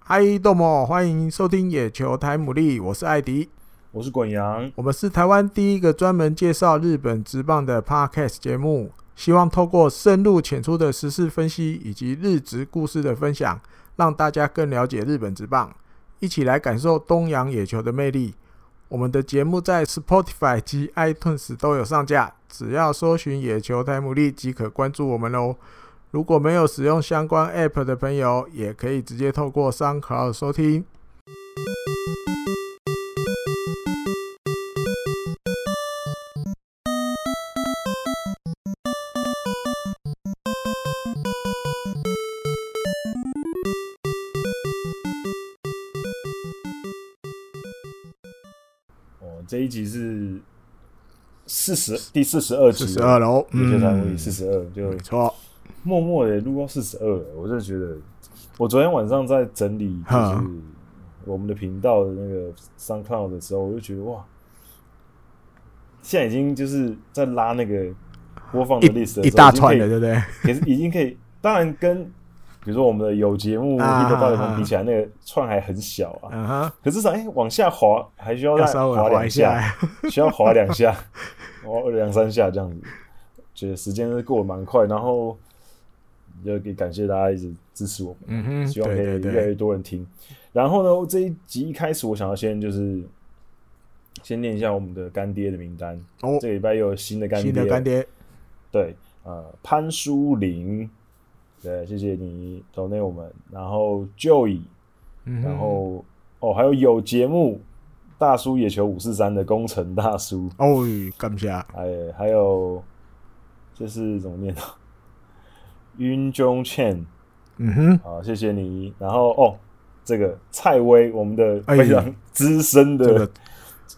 嗨，豆莫，欢迎收听野球台牡蛎，我是艾迪，我是滚羊，我们是台湾第一个专门介绍日本职棒的 podcast 节目，希望透过深入浅出的时事分析以及日职故事的分享，让大家更了解日本职棒，一起来感受东洋野球的魅力。我们的节目在 Spotify 及 iTunes 都有上架，只要搜寻“野球台牡蛎”即可关注我们喽。如果没有使用相关 App 的朋友，也可以直接透过 SoundCloud 收听。哦，这一集是四十第四十二集四了，十二楼，也就才嗯会，四十二，就没错，默默的录到四十二了。我真的觉得，我昨天晚上在整理就是哈我们的频道的那个 SoundCloud 的时候，我就觉得哇，现在已经就是在拉那个播放的 list 的时候一一大串的，已对经不对？可以，可是已经可以，当然跟比如说我们的有节目《啊一个大联啊盟》比起来，那个串还很小啊。嗯哼，可至少哎、往下滑还需要要再稍微滑滑两一下，下， 需要滑两下， 哦，两三下这样子，觉得时间是过得蛮快，然后就可以感谢大家一直支持我们，嗯哼，希望可以对对越来越对，多人听。然后呢，这一集一开始，我想要先就是先念一下我们的干爹的名单，哦，这个礼拜又有新的干爹，新的干爹，对，呃，潘淑玲，对，谢谢你 d o 我们，然后 Joey。嗯哼然后哦，还有有节目大叔野球五四三的工程大叔，哦，干不下，还哎还有这是怎么念的？云中倩嗯哼，好，谢谢你。然后哦，这个蔡薇，我们的哎非常资深这的个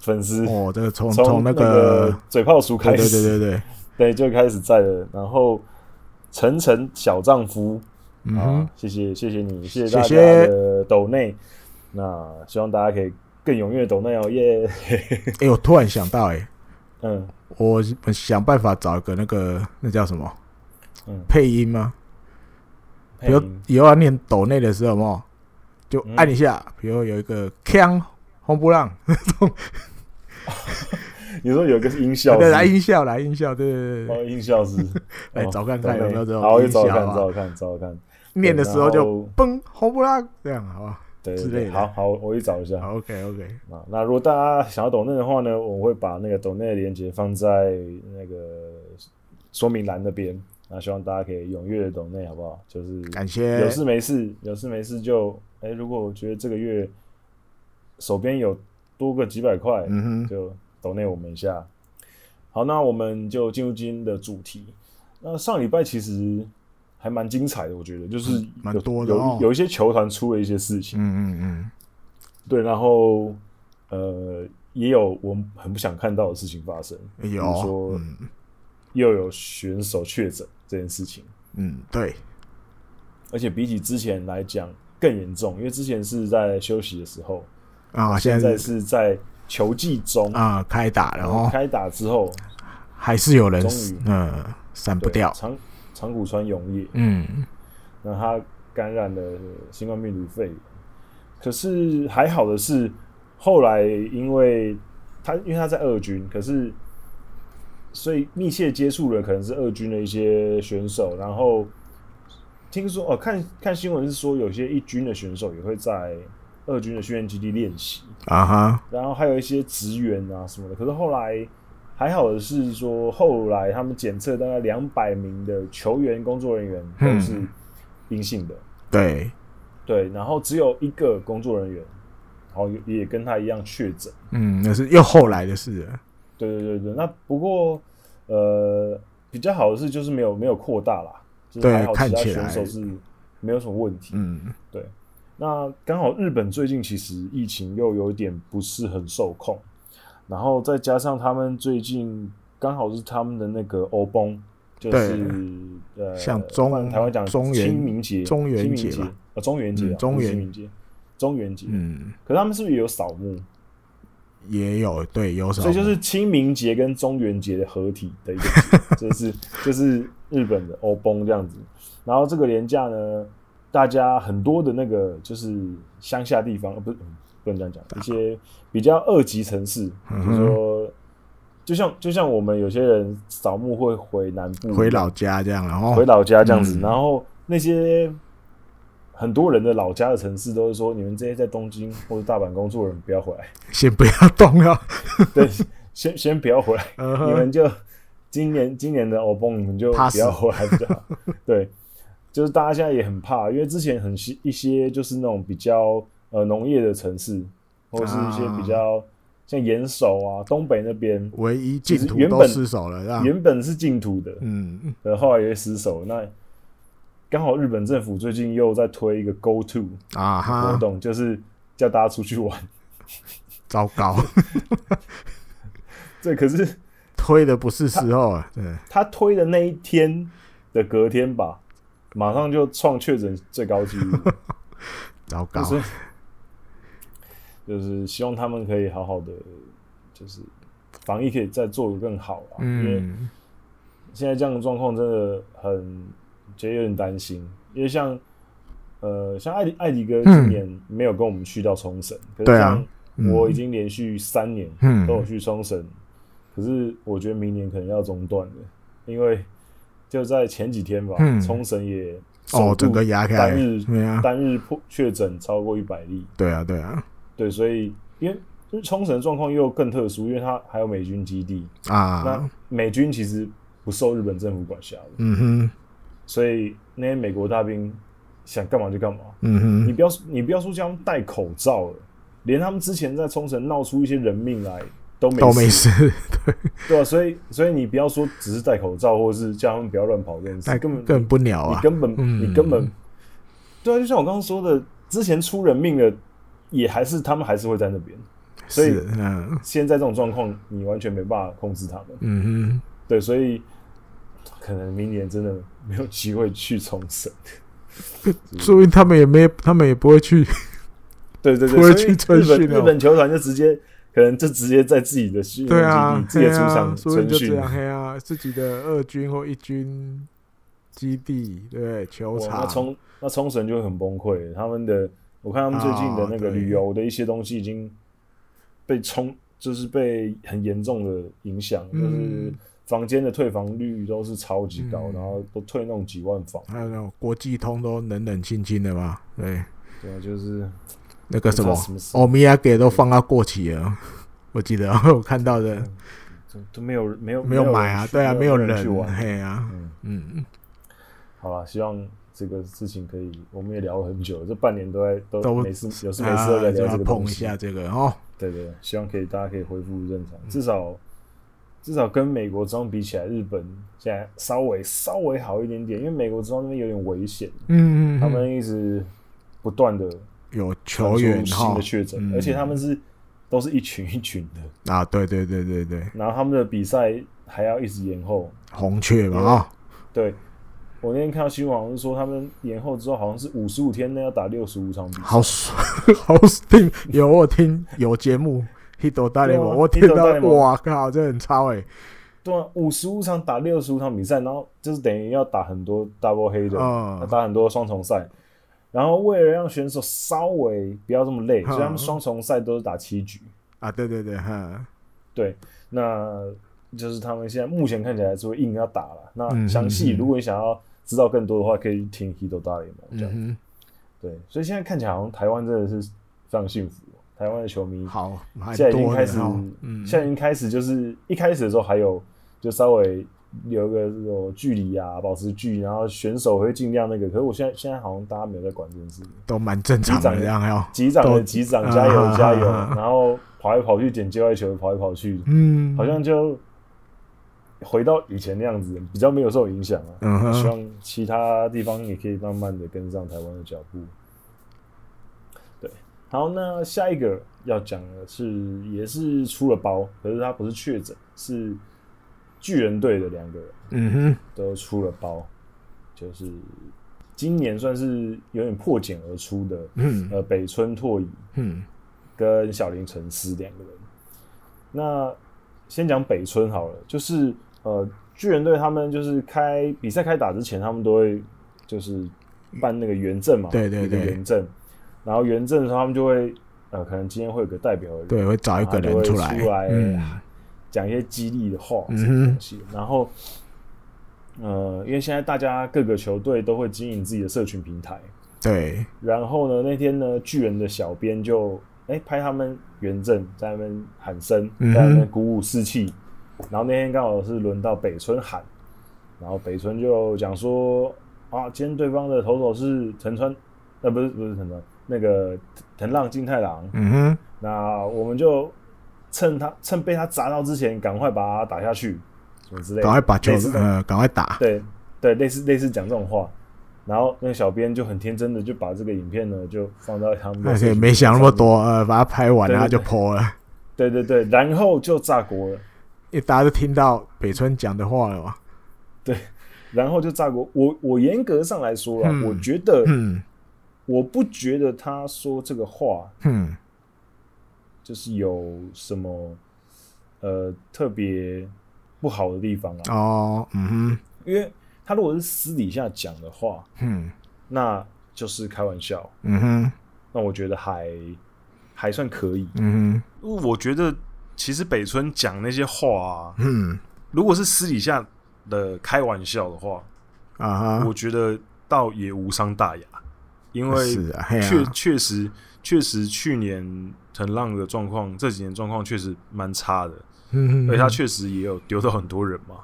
粉丝，哦，这个从从从那那个个，嘴炮叔对开对对对始，对， 对，就开始在了。然后晨晨小丈夫，嗯啊哼，，谢谢谢谢你，谢谢谢大家谢的抖内，那希望大家可以更踊跃抖内哦，耶、哎，我突然想到，哎，嗯，我想办法找一个那个那叫什么嗯配音吗？配比如音嗯以后要念抖内的时候，有没有就按一下，比如有一个锵红波浪，你说有一个音效 对，是，来音效，来音效，对对对对哦，音效是， 来哦找看看抖内有没有这种好，我去音效找看，啊找看，找看，对，念的时候然就后嘣红波浪，这样好吧？对之对对类的好好，我去找一下。好，OK OK，啊，那如果大家想要抖内的话呢，我会把那个抖内的链接放在那个说明栏那边，那希望大家可以踊跃的抖内，好不好？就是感有谢，事没事，有事没事就哎、如果我觉得这个月手边有多个几百块，嗯哼，就抖内我们一下。好，那我们就进入今天的主题。那上礼拜其实还蛮精彩的，我觉得就是有蛮多的哦有有一些球团出了一些事情，嗯嗯嗯，对，然后呃也有我们很不想看到的事情发生，比如有，说嗯又有选手确诊这件事情。嗯，对，而且比起之前来讲更严重，因为之前是在休息的时候，啊，现现在在是是在球季中，啊开打了哦，开打之后，还是有人终于呃闪不对掉，长长谷川永业，嗯，那他感染了新冠病毒肺炎，可是还好的是，后来因为他因为他在二军，可是所以密切接触了可能是二军的一些选手，然后听说哦，看看新闻是说有些一军的选手也会在二军的训练基地练习，啊哈，然后还有一些职员啊什么的，可是后来。还好的是说，后来他们检测大概两百名的球员、工作人员都是嗯阴性的，对，对，然后只有一个工作人员，然后也也跟他一样确诊。嗯，那是又后来的事了，对对对对，那不过呃比较好的是就是没有没有扩大啦，就是对还好看其他起来选手是没有什么问题。嗯，那刚好日本最近其实疫情又有点不是很受控，然后再加上他们最近刚好是他们的那个欧崩，就是呃像中换台湾讲中元清明节、中元清明节节吧呃中元节嗯啊、中不是元清明节、中元节，嗯，可是他们是不是也有扫墓？也有对有什所么，以就是清明节跟中元节的合体的一个 节，就是就是日本的欧崩这样子。然后这个廉价呢，大家很多的那个就是乡下地方，呃不是、嗯不能这样讲，一些比较二级城市，比嗯哼如说，就像就像我们有些人扫墓会回南部，回老家这样，然后回老家这样子，嗯然后那些很多人的老家的城市都是说，你们这些在东京或者大阪工作的人不要回来，先不要动了，对，先先不要回来，嗯你哼们就今年今年的欧蹦，你们就 Pass 不要回来比较好。对，就是大家现在也很怕，因为之前很西一些就是那种比较呃农业的城市，或者是一些比较、啊像岩手啊东北那边，唯一净土其实原都本失手了，这样，原本是净土的，啊嗯，呃后来也失守。那刚好日本政府最近又在推一个 Go To 啊活哈，动，就是叫大家出去玩。 糟糕， 对，可是推的不是时候啊，对，他推的那一天的隔天吧，马上就创确诊最高纪录。糟糕就，是 就是希望他们可以好好的，就是防疫可以再做得更好啊。因为嗯，现在这样的状况真的很，觉得有点担心，因为像呃像艾迪艾迪哥今年没有跟我们去到冲绳，可对是啊像嗯我已经连续三年嗯都有去冲绳，可是我觉得明年可能要中断了，因为就在前几天吧嗯，冲绳也哦首，整度个牙开单日，对啊，单日破确诊超过一百例。对啊，对啊，对，所以因为就是冲绳状况又更特殊，因为它还有美军基地，啊那，美军其实不受日本政府管辖的，嗯哼，所以那些美国大兵想干嘛就干嘛。嗯你哼，不要你不要说叫他们戴口罩了，连他们之前在冲绳闹出一些人命来都没都没事，对啊，所以所以你不要说只是戴口罩，或者是叫他们不要乱跑这件事，但根本哎更不鸟你啊，根本、嗯你根本对啊，就像我刚刚说的，之前出人命的也还是他们还是会在那边。所以是，嗯现在这种状况，你完全没办法控制他们。嗯对，所以可能明年真的没有机会去冲绳。哼，说明他们也没，他们也不会去，对对不会对，去所以春日本训哦日本球团就直接可能就直接在自己的训对练啊基，地、自己 对的主啊，场所以春就这训。样，嘿啊，自己的二军或一军基地，对不对，球哇那场，冲那冲绳就会很崩溃，他们的我看他们最近的那啊对个旅游的一些东西已经被冲，就是被很严重的影响，就是嗯房间的退房率都是超级高，嗯然后都退那种几万房，还有那种国际通都冷冷清清的嘛，对，对啊，就是那个什么不知道什么时候欧米亚给都放到过期了，我记得 我看到的都都没有人嗯没有没有人买啊，去对啊，没没有去人，玩。嘿啊，嗯，嗯，好了，希望这个事情可以，我们也聊了很久，这半年都在都都没事，有事没啊事都在就聊要这个碰东一西。下这个哦，对对，对希望可以大家可以恢复正常，至嗯少至少跟美国之中比起来，日本现在稍微稍微好一点点，因为美国之中那边有点危险，嗯，嗯他嗯们一直不断的有球员新哈的确诊，嗯而且他们是都是一群一群的，啊，对对对对对，然后他们的比赛还要一直延后，红雀嘛啊，对，我那天看到新闻，好像是说他们延后之后，好像是五十五天内要打六十五场比赛。好 爽好听，有我听有节目。黑斗大联盟，对啊我听到黑斗大联盟哇靠，这很超哎、对啊，五十五场打六十五场比赛，然后就是等于要打很多 double header，、嗯要打很多双重赛。然后为了让选手稍微不要这么累，嗯所以他们双重赛都是打七局。啊！对对对，哈，对，那就是他们现在目前看起来是会硬要打了。嗯那详细嗯嗯如果你想要知道更多的话，可以去听《h i t o 大联盟》这样。嗯对，所以现在看起来好像台湾真的是非常幸福哦，台湾的球迷哼，好，蛮现在已经多开的始哈，，嗯，现在已经开始就是一开始的时候还有就稍微留个这种距离啊，保持距离，然后选手会尽量那个。可是我现在现在好像大家没有在管这件事，都蛮正常的这样哟。击掌都的击掌，啊加油加油，啊啊然后跑来跑去捡界外球，跑来跑去，嗯，好像就回到以前那样子，比较没有受影响啊。嗯希哼，望其他地方也可以慢慢的跟上台湾的脚步。对，好，那下一个要讲的是，也是出了包，可是他不是确诊，是巨人队的两个人嗯都出了包，就是今年算是有点破茧而出的，哼，嗯呃，北村拓乙嗯，跟小林诚司两个人。那先讲北村好了，就是呃，巨人队他们就是开比赛开打之前，他们都会就是办那个援证嘛，对对有个对援证，然后援证的时候他们就会呃，可能今天会有个代表人对，会找一个人出来啊然后就会出来，嗯，讲一些激励的话，嗯这哼些东西，然后。呃，因为现在大家各个球队都会经营自己的社群平台，对，然后呢，那天呢，巨人的小编就哎、拍他们原阵，在那边喊声，嗯哼在那边鼓舞士气。然后那天刚好是轮到北村喊，然后北村就讲说啊，今天对方的投手是藤川，呃，不是不是藤川，那个藤浪金太郎。嗯哼，那我们就趁他趁被他砸到之前，赶快把他打下去，什么之类的，赶快把球类似这种呃，赶快打，对对，类似类似讲这种话，然后那个小编就很天真的就把这个影片呢就放到他们的而社且群哎没想那上么面，多，呃，把它拍完对然后对就对破了，对对对，然后就炸锅了，因为大家都听到北村讲的话了嘛，然后就炸锅。我我严格上来说啊，嗯我觉得嗯我不觉得他说这个话嗯，就是有什么呃特别不好的地方啊，哦，嗯哼，因为他如果是私底下讲的话，嗯那就是开玩笑，嗯哼，那我觉得还还算可以。嗯我觉得其实北村讲那些话、啊，哼，嗯如果是私底下的开玩笑的话，啊哈，我觉得倒也无伤大雅，因为是啊，嘿确啊，确实确实去年藤浪的状况，这几年状况确实蛮差的，嗯而且他确实也有丢到很多人嘛，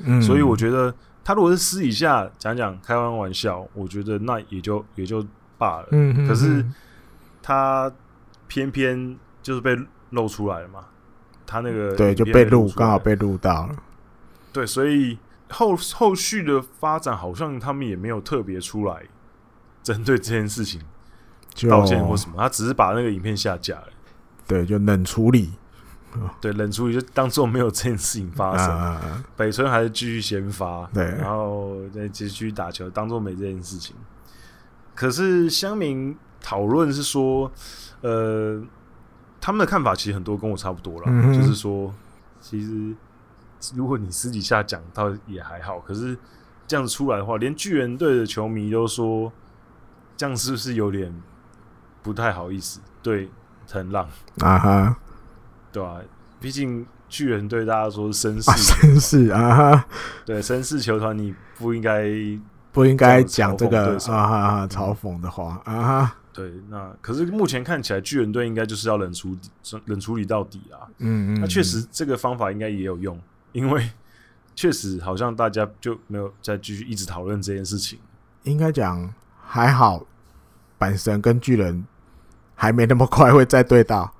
嗯所以我觉得他如果是私底下讲讲开玩玩笑，我觉得那也就也就罢了。嗯哼，可是嗯他偏偏就是被露出来了嘛，他那个对影就片被录，出来刚好被录到了，对，所以后后续的发展好像他们也没有特别出来针对这件事情就道歉或什么，他只是把那个影片下架了，对，就冷处理对，冷处理就当做没有这件事情发啊生。啊啊，啊北村还是继续先发，对然后再继续打球，当做没这件事情。可是乡民讨论是说，呃，他们的看法其实很多跟我差不多啦，嗯哼就是说，其实如果你私底下讲，倒也还好。可是这样子出来的话，连巨人队的球迷都说，这样是不是有点不太好意思？对藤浪，啊哈，对吧、毕竟巨人队大家说是绅士啊，真是啊哈，对，绅士球团你不应该不应该讲这这个样子嘲讽对手啊哈哈嘲讽的话啊哈，对。那可是目前看起来，巨人队应该就是要冷处理冷处理到底啊。嗯嗯，那确实这个方法应该也有用，因为确实好像大家就没有再继续一直讨论这件事情。应该讲还好，阪神跟巨人还没那么快会再对到，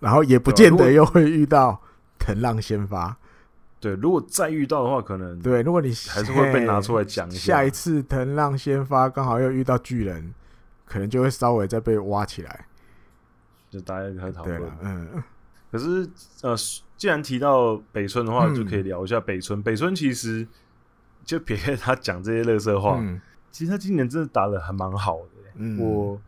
然后也不见对啊得如果又会遇到藤浪先发。对，如果再遇到的话，可能对，如果你还是会被拿出来来讲一 下一次藤浪先发刚好又遇到巨人，可能就会稍微再被挖起来。就大家开始讨对论了。，嗯可是呃，既然提到北村的话，嗯就可以聊一下北村。北村其实就别看他讲这些乐色话，嗯，其实他今年真的打的还蛮好的、欸嗯我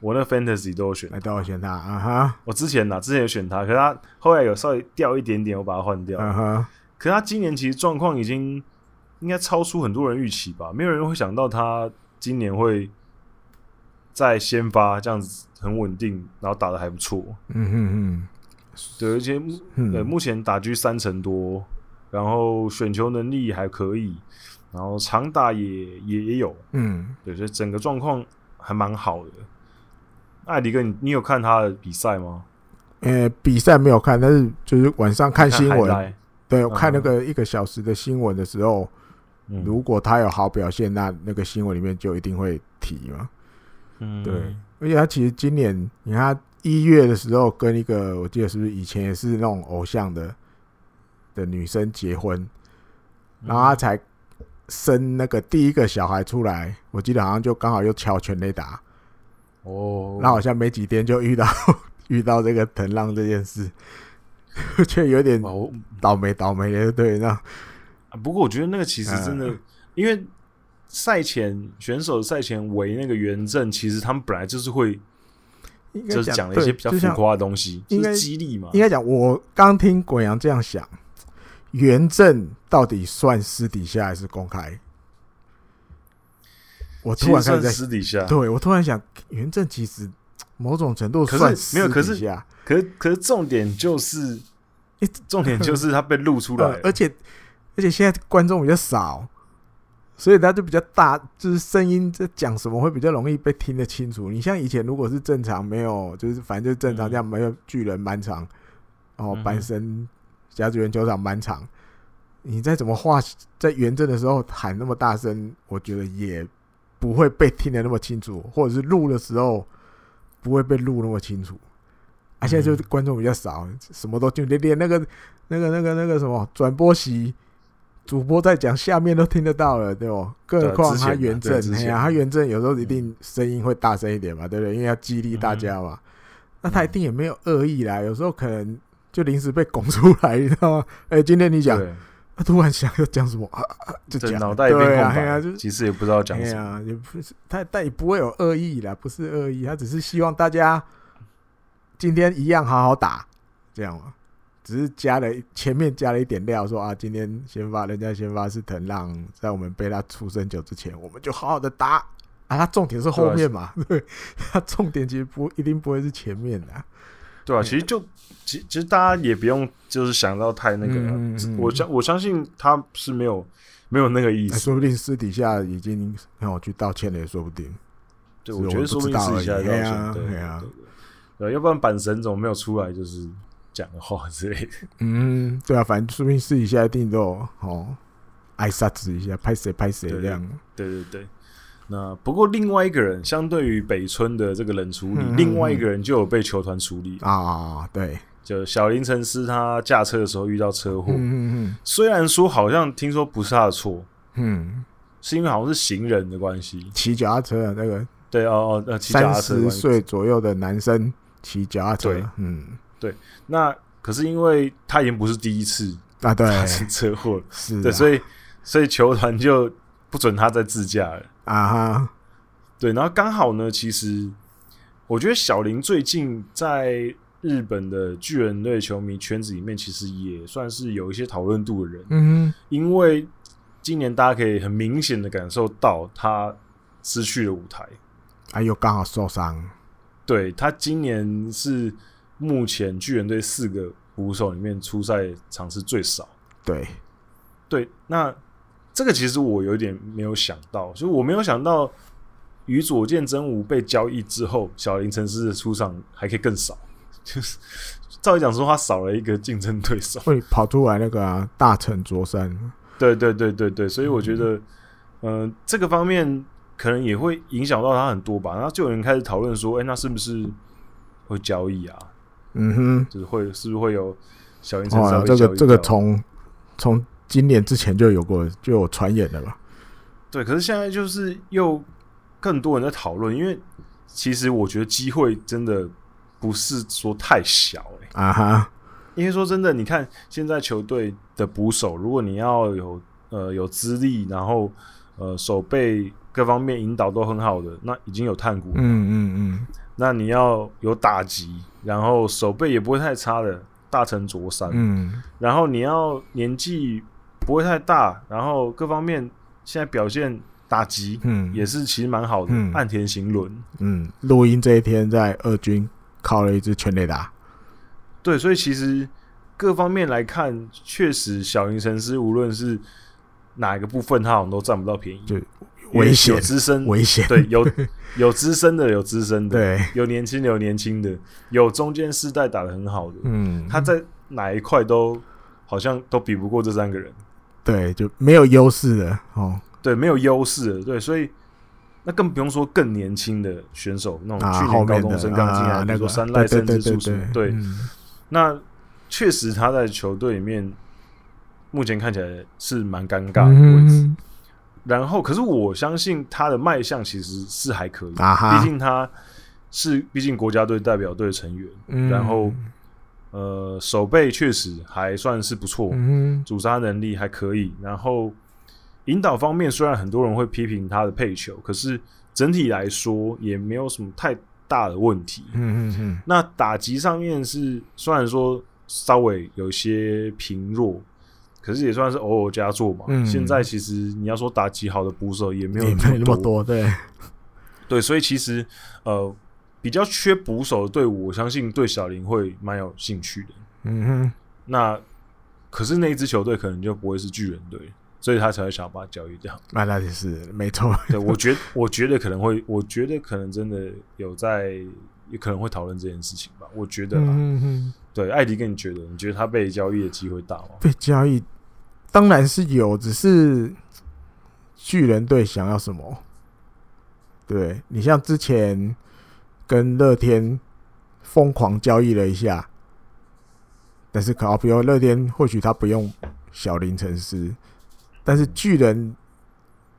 我那 fantasy 都有选来，等我选他啊哈，我之前呐、之前有选他，可是他后来有稍微掉一点点，我把他换掉。嗯哈，可是他今年其实状况已经应该超出很多人预期吧，没有人会想到他今年会在先发这样子很稳定，然后打的还不错。嗯哼对，而且哼，对，嗯目前打居三成多，然后选球能力还可以，然后长打也也也有，嗯，对，所以整个状况还蛮好的。艾迪哥，你你有看他的比赛吗？呃，比赛没有看，但是就是晚上看新 看闻， highlight，对，我看那嗯个一个小时的新闻的时候，嗯如果他有好表现，那那个新闻里面就一定会提嘛。嗯，对，而且他其实今年，你看他一月的时候跟一个，我记得是不是以前也是那种偶像的的女生结婚，嗯然后他才生那个第一个小孩出来，我记得好像就刚好又敲全垒打，哦，那好像没几天就遇到 遇到这个藤浪这件事， 我觉得有点哇我倒霉倒霉的，对，那啊不过我觉得那个其实真的，嗯因为赛前选手赛前围那个圆阵，其实他们本来就是会应该就是讲了一些对比较就像浮夸的东西，应就该是激励嘛应。该讲，我刚听滚阳这样想，原证到底算私底下还是公开？我其突然实开始算在私底下。对我突然想，袁正其实某种程度可是算没有私可底是下可是可是重点就是诶，重点就是他被露出来呃了，而且而且现在观众比较少，所以他就比较大，就是声音在讲什么会比较容易被听得清楚。你像以前如果是正常没有，就是反正就是正常嗯这样，没有巨人满场，哦嗯，哼阪神甲子园球场满场，你再怎么画在圆阵的时候喊那么大声，我觉得也不会被听得那么清楚，或者是录的时候不会被录那么清楚。啊，现在嗯就是观众比较少，什么都就连连那个那个那个那个什么转播席，主播在讲，下面都听得到了，对不？更何况之前他嘛原对正，之哎前嗯呀，他原正有时候一定声音会大声一点嘛，对不对？因为要激励大家嘛。那他一定也没有恶意啦，有时候可能就临时被拱出来，你知道吗？哎，今天你讲，对，他突然想要讲什么啊，啊啊就这讲，脑袋一片对空啊，哎呀，白就，其实也不知道讲哎什么。呀，也不是他，但也不会有恶意啦，不是呃恶意，他只是希望大家今天一样好好打，这样嘛。只是加了前面加了一点料，说啊，今天先发人家先发是藤浪，在我们被他出生球之前，我们就好好的打 啊。他重点是后面嘛，啊对，他重点其实不一定不会是前面的啊、对嗯啊，其实就其其实大家也不用就是想到太那个了嗯嗯嗯我相我相信他是没有没有那个意哎思。说不定私底下已经让我去道歉了，也说不定。对，是我觉得我说不知不定道私底下而道已哎呀歉，对哎对呀对，对要不然板神怎么没有出来就是讲话之类的？ 嗯，对啊，反正说不定私底下一定都有哦，挨杀子一下，拍谁拍谁对这样。对对对。那不过另外一个人，相对于北村的这个冷处理，嗯嗯另外一个人就有被球团处理，啊，对，就小林晨司他驾车的时候遇到车祸，嗯嗯虽然说好像听说不是他的错，嗯，是因为好像是行人的关系，骑脚踏车的那个对哦哦，呃，骑脚三踏车的十关系岁左右的男生骑脚踏车对，嗯，那可是因为他已经不是第一次啊，对， 发生车祸了，是啊，对，所以所以球团就不准他再自驾了。啊哈，对，然后刚好呢，其实我觉得小林最近在日本的巨人队球迷圈子里面，其实也算是有一些讨论度的人，嗯因为今年大家可以很明显的感受到他失去了舞台。哼，哎呦，刚好受伤，对他今年是目前巨人队四个捕手里面出赛场次最少。对，对，那这个其实我有点没有想到，就我没有想到与左见真吾被交易之后，小林城市的出场还可以更少，就是照理讲说他少了一个竞争对手。 会跑出来那个啊大成卓山，对对对对对，所以我觉得，嗯、这个方面可能也会影响到他很多吧。然后就有人开始讨论说，哎、那是不是会交易啊？嗯就是会是不是会有小林哼，城市哦，会这交个易这个掉从从今年之前就有过，就有传言了吧？对，可是现在就是又更多人在讨论，因为其实我觉得机会真的不是说太小、欸，啊哈，因为说真的，你看现在球队的捕手，如果你要有呃有资历，然后呃手背各方面引导都很好的，那已经有探谷，嗯嗯那你要有打击，然后手背也不会太差的大成卓山，嗯嗯，然后你要年纪不会太大，然后各方面现在表现打击嗯，也是其实蛮好的，嗯岸田行轮。嗯，录音这一天在二军靠了一支全垒打，对，所以其实各方面来看，确实小林神师无论是哪一个部分，他好像都占不到便宜。就因为危险有资深，危险。对，有有资深的，有资深的，对，有年轻的，有年轻的，有中间世代打的很好的，嗯，他在哪一块都好像都比不过这三个人，对就没有优势的哦对，没有优势的，对，所以。那更不用说更年轻的选手，那种啊，哦去后年高面中的生刚进来，啊比那如个说三赖对甚对至对对树什么对，对，嗯那确实他在球队里面目前看起来是蛮尴尬的位置。嗯然后，可是我相信他的卖相其实是还可以，啊哈毕竟他是毕竟国家队代表队成员，嗯然后呃，手背确实还算是不错，嗯主杀能力还可以。然后引导方面，虽然很多人会批评他的配球，可是整体来说也没有什么太大的问题。嗯嗯嗯那打击上面是虽然说稍微有一些贫弱，可是也算是偶尔佳作嘛。嗯现在其实你要说打击好的捕手也没有也没那么么多，对，对，所以其实呃比较缺捕手的队伍，我相信对小林会蛮有兴趣的。嗯那可是那一支球队可能就不会是巨人队，所以他才会想要把他交 易掉。哼，那那也是没错，对我觉我觉得可能会，我觉得可能真的有在，也可能会讨论这件事情吧。我觉得啦，嗯哼，对艾迪跟你觉得，你觉得他被交易的机会大吗？被交易当然是有，只是巨人队想要什么？对你像之前跟乐天疯狂交易了一下，但是考比如乐天或许他不用小林城市，但是巨人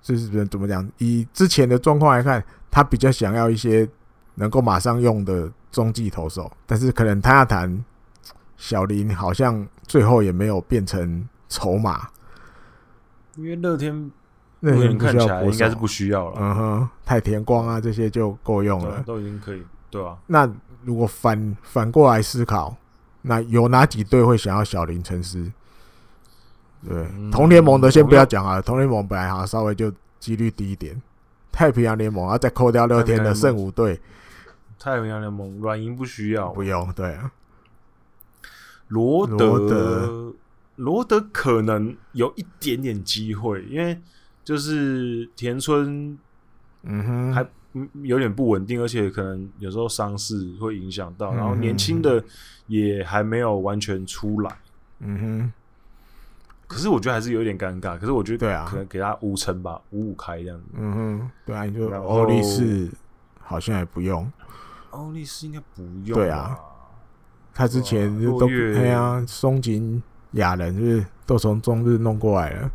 就是怎么讲？以之前的状况来看，他比较想要一些能够马上用的中继投手，但是可能他要谈小林，好像最后也没有变成筹码。因为乐天那目人前不需看起要来国应该是手不需要了，嗯哼，太田光啊这些就够用对啊了。都已经可以，对啊，那如果反反过来思考，那有哪几队会想要小林沉思？对，嗯同联盟的先不要讲啊，同联盟本来好像稍微就几率低一点。太平洋联盟，然后啊再扣掉六天的太平洋联剩五队，太平洋联盟软银不需要，不用对啊，罗罗德德，罗德可能有一点点机会，因为就是田村嗯哼，还嗯有点不稳定，而且可能有时候伤势会影响到，嗯然后年轻的也还没有完全出来。嗯可是我觉得还是有点尴尬，可是我觉得对啊可能给他五成吧，五五开这样子。哼，嗯哼，对啊，你就然后欧力士好像也不用，奥利斯应该不用，对啊，他之前哇就都啊落月哎呀，松井雅人是不是都从中日弄过来了，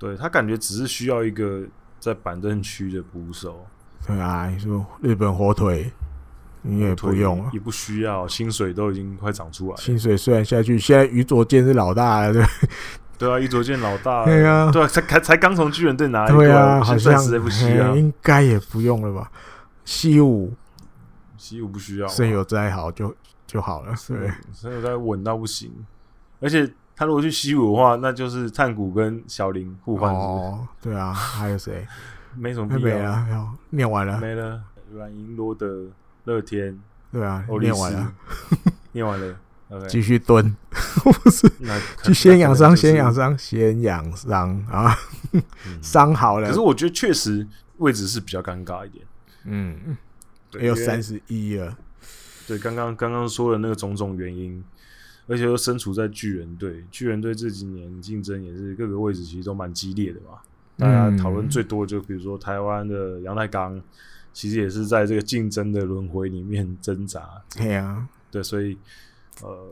对他感觉只是需要一个在板凳区的捕手，对啊，你说日本火腿，你也不用啊也。不需要，薪水都已经快涨出来了。薪水虽然下去，现在宇佐健是老大了，对吧对啊，伊佐健老大， 对啊对啊，才才才刚从巨人队拿一对个，啊，好现像在实在不需要嘿，应该也不用了吧？西武西武不需要嘛，啊胜有再好就就好了，对，所以在稳到不行。而且他如果去西武的话，那就是炭谷跟小林互换，哦，对啊，还有 谁？没什么哎必没啊要。了，要念完了，没了，软银、罗德、乐天、对啊欧，力念士完了，，念完了。OK，继续蹲，不是，那就先养伤，先伤。养伤，先养伤啊，嗯伤好了可是，我觉得确实位置是比较尴尬一点，嗯，对也有因为三十一了，对，刚刚刚刚说的那个种种原因，而且又身处在巨人队，巨人队这几年竞争也是各个位置其实都蛮激烈的嘛。大家嗯讨论最多就比如说台湾的杨太刚，其实也是在这个竞争的轮回里面挣扎。对啊，对，所以呃，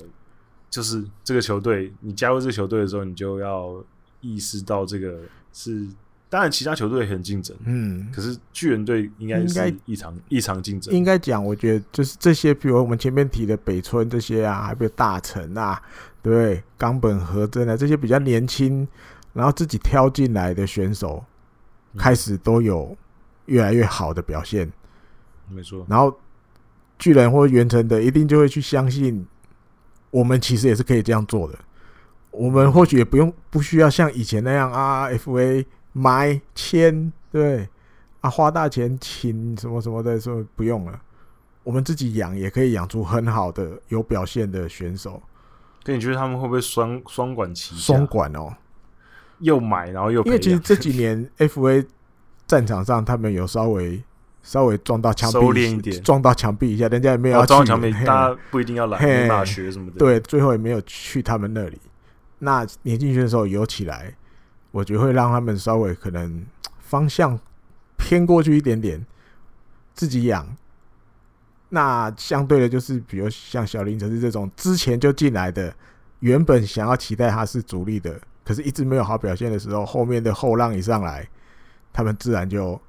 就是这个球队，你加入这个球队的时候，你就要意识到这个是，当然其他球队也很竞争，嗯，可是巨人队应该应该是异常异常竞争应。该讲，我觉得就是这些，比如我们前面提的北村这些啊，还有大成啊，对不对，冈本和真啊，这些比较年轻，然后自己挑进来的选手，嗯开始都有越来越好的表现，没错，然后巨人或原城的一定就会去相信，我们其实也是可以这样做的。我们或许也不用不需要像以前那样啊，FA 买签对啊，花大钱请什么什么的，说不用了。我们自己养也可以养出很好的有表现的选手，跟你觉得他们会不会双双管齐下双，管哦。又买然后又因培为其实养，这几年 FA 战场上他们有稍微稍微撞到墙收敛一壁，点撞到墙壁一下，人家也没有要 哦，张去强没，嘿大家不一定要来，嘿没办法学什么的。，对，最后也没有去他们那里。那年轻选手游起来，我觉得会让他们稍微可能方向偏过去一点点，自己养。那相对的，就是比如像小林哲是这种之前就进来的，原本想要期待他是主力的，可是一直没有好表现的时候，后面的后浪一上来，他们自然就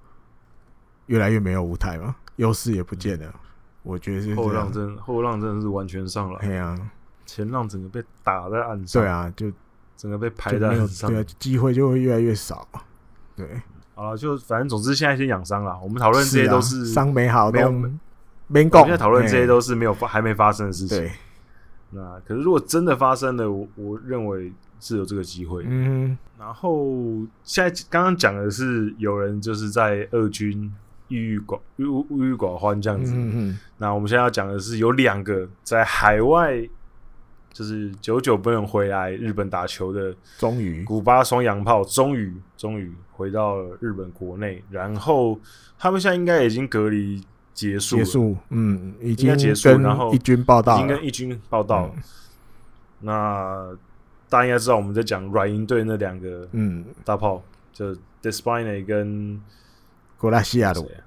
越来越没有舞台嘛，优势也不见了。我觉得是这后浪样真后浪真的是完全上来，哎呀、前浪整个被打在岸上，对，啊，就整个被拍就在没有岸上对。啊，机会就会越来越少。对，好了，就反正总之现在先养伤啦。我们讨论这些啊都是伤没好没有东，没我讲。们现在讨论这些嘿都是没有发还没发生的事情。对，那可是如果真的发生了，我我认为是有这个机会。嗯然后现在刚刚讲的是有人就是在二军郁郁寡郁郁郁寡欢这样嗯子。嗯那我们现在要讲的是有两个在海外就是久久不能回来日本打球的终于，古巴双洋炮，终于终于回到了日本国内，然后他们现在应该已经隔离结束了，结束，嗯，已应经该结束跟然后一军报已道经了跟，一军报道了。嗯那大家应该知道我们在讲软银队那两个嗯，大炮，就 Despine 跟格拉西亚鲁谁，啊？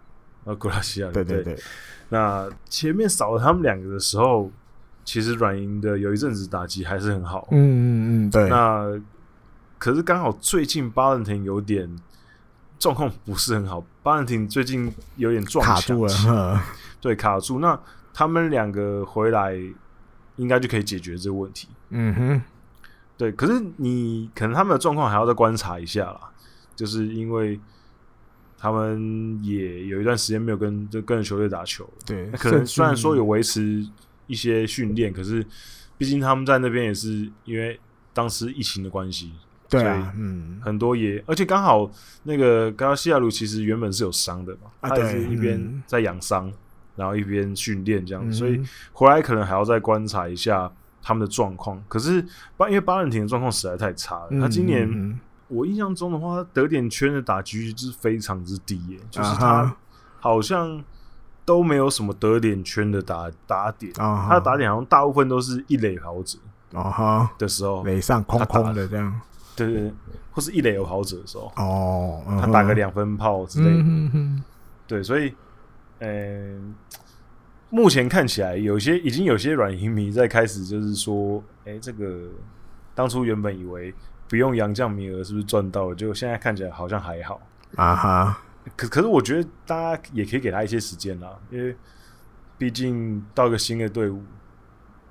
呃，古拉西亚。对对对，那前面少了他们两个的时候，其实软银的有一阵子打击还是很好。嗯嗯嗯，对，那可是刚好最近巴伦廷有点状况不是很好，巴伦廷最近有点撞卡墙住了，呵对，卡住。那他们两个回来应该就可以解决这个问题。嗯哼，对，可是你可能他们的状况还要再观察一下啦，就是因为他们也有一段时间没有跟就跟着球队打球了，对，那可能甚至虽然说有维持一些训练，可是毕竟他们在那边也是因为当时疫情的关系，对所啊以，嗯，很多也而且刚好那个高西亚鲁其实原本是有伤的嘛，啊他也是对一边嗯在养伤，然后一边训练这样，嗯所以回来可能还要再观察一下他们的状况。可是巴因为巴伦廷的状况实在太差了，嗯他今年、嗯嗯我印象中的话，他得点圈的打击率是非常之低耶、就是啊他哈好像都没有什么得点圈的打打点，啊哈他的打点好像大部分都是一垒跑者哦哈，的时候，垒上空他打空的这样，对对对，或是一垒有跑者的时候，哦，他打个两分炮之类的，嗯嗯对，所以，嗯、目前看起来有些已经有些软银迷在开始就是说，哎、这个当初原本以为不用杨将名额是不是赚到了，结果现在看起来好像还好。啊哈，可可是我觉得大家也可以给他一些时间啦，因为毕竟到一个新的队伍，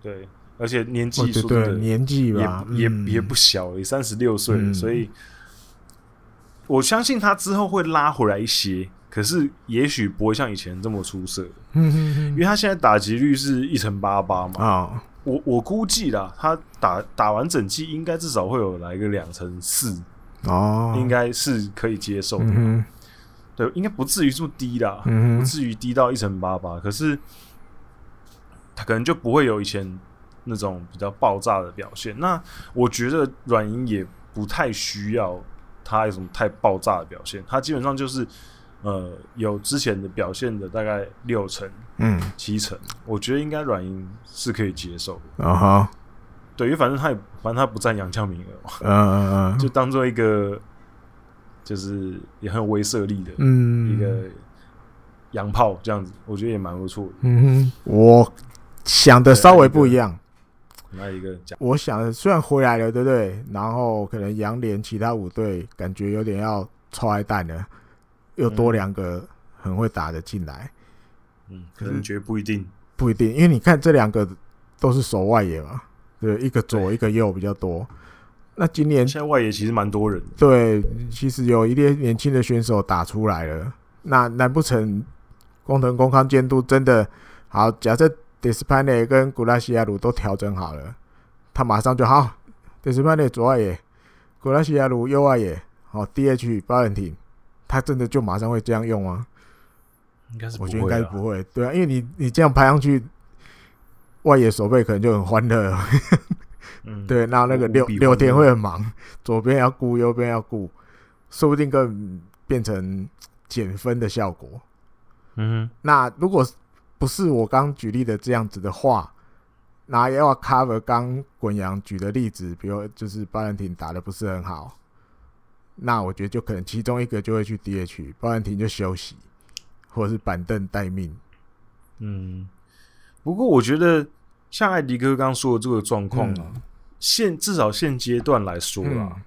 对，而且年我纪觉说真得的哦年纪也吧，也嗯 也不小了，三十六岁了，嗯所以我相信他之后会拉回来一些，可是也许不会像以前这么出色，嗯嗯嗯因为他现在打击率是一成八八嘛，哦，我我估计啦，他打打完整季应该至少会有来个两成四，哦，应该是可以接受的，嗯哼对，应该不至于这么低啦，嗯不哼，至于低到一成八八，可是他可能就不会有以前那种比较爆炸的表现。那我觉得软银也不太需要他有什么太爆炸的表现，他基本上就是呃有之前的表现的大概六成嗯，七成，我觉得应该软银是可以接受的。然后，对，因为反正他也反正他不占洋将名额嘛，嗯嗯嗯，就当做一个就是也很有威慑力的嗯一个洋炮这样子，我觉得也蛮不错的。嗯哼，我想的稍微不一样。那一个讲，我想的虽然回来了，对不对？然后可能杨联其他五队感觉有点要超爱蛋了，又多两个很会打的进来，嗯，可可能能觉得不一定，不一定，因为你看这两个都是守外野嘛，对，一个左对一个右比较多。那今年现在外野其实蛮多人的，对，其实有一些年轻的选手打出来了，那难不成工藤工康监督真的好？假设 d e s p a n e 跟古拉西亚鲁都调整好了，他马上就好 d e s p a n e 左外野，古拉西亚鲁右外野，好 DH 巴伦廷，他真的就马上会这样用吗？应该是我觉得应该不会，对啊，因为你你这样排上去，外野守备可能就很欢乐了。嗯，对，那那个务六必六换天人会很忙，左边要顾，右边要顾，说不定更变成减分的效果。嗯那如果不是我刚举例的这样子的话，那要 cover 刚滚阳举的例子，比如就是巴兰廷打的不是很好，那我觉得就可能其中一个就会去 DH，巴兰廷就休息，或者是板凳待命。嗯。不过我觉得像艾迪哥刚说的这个状况嗯啊，现至少现阶段来说啦，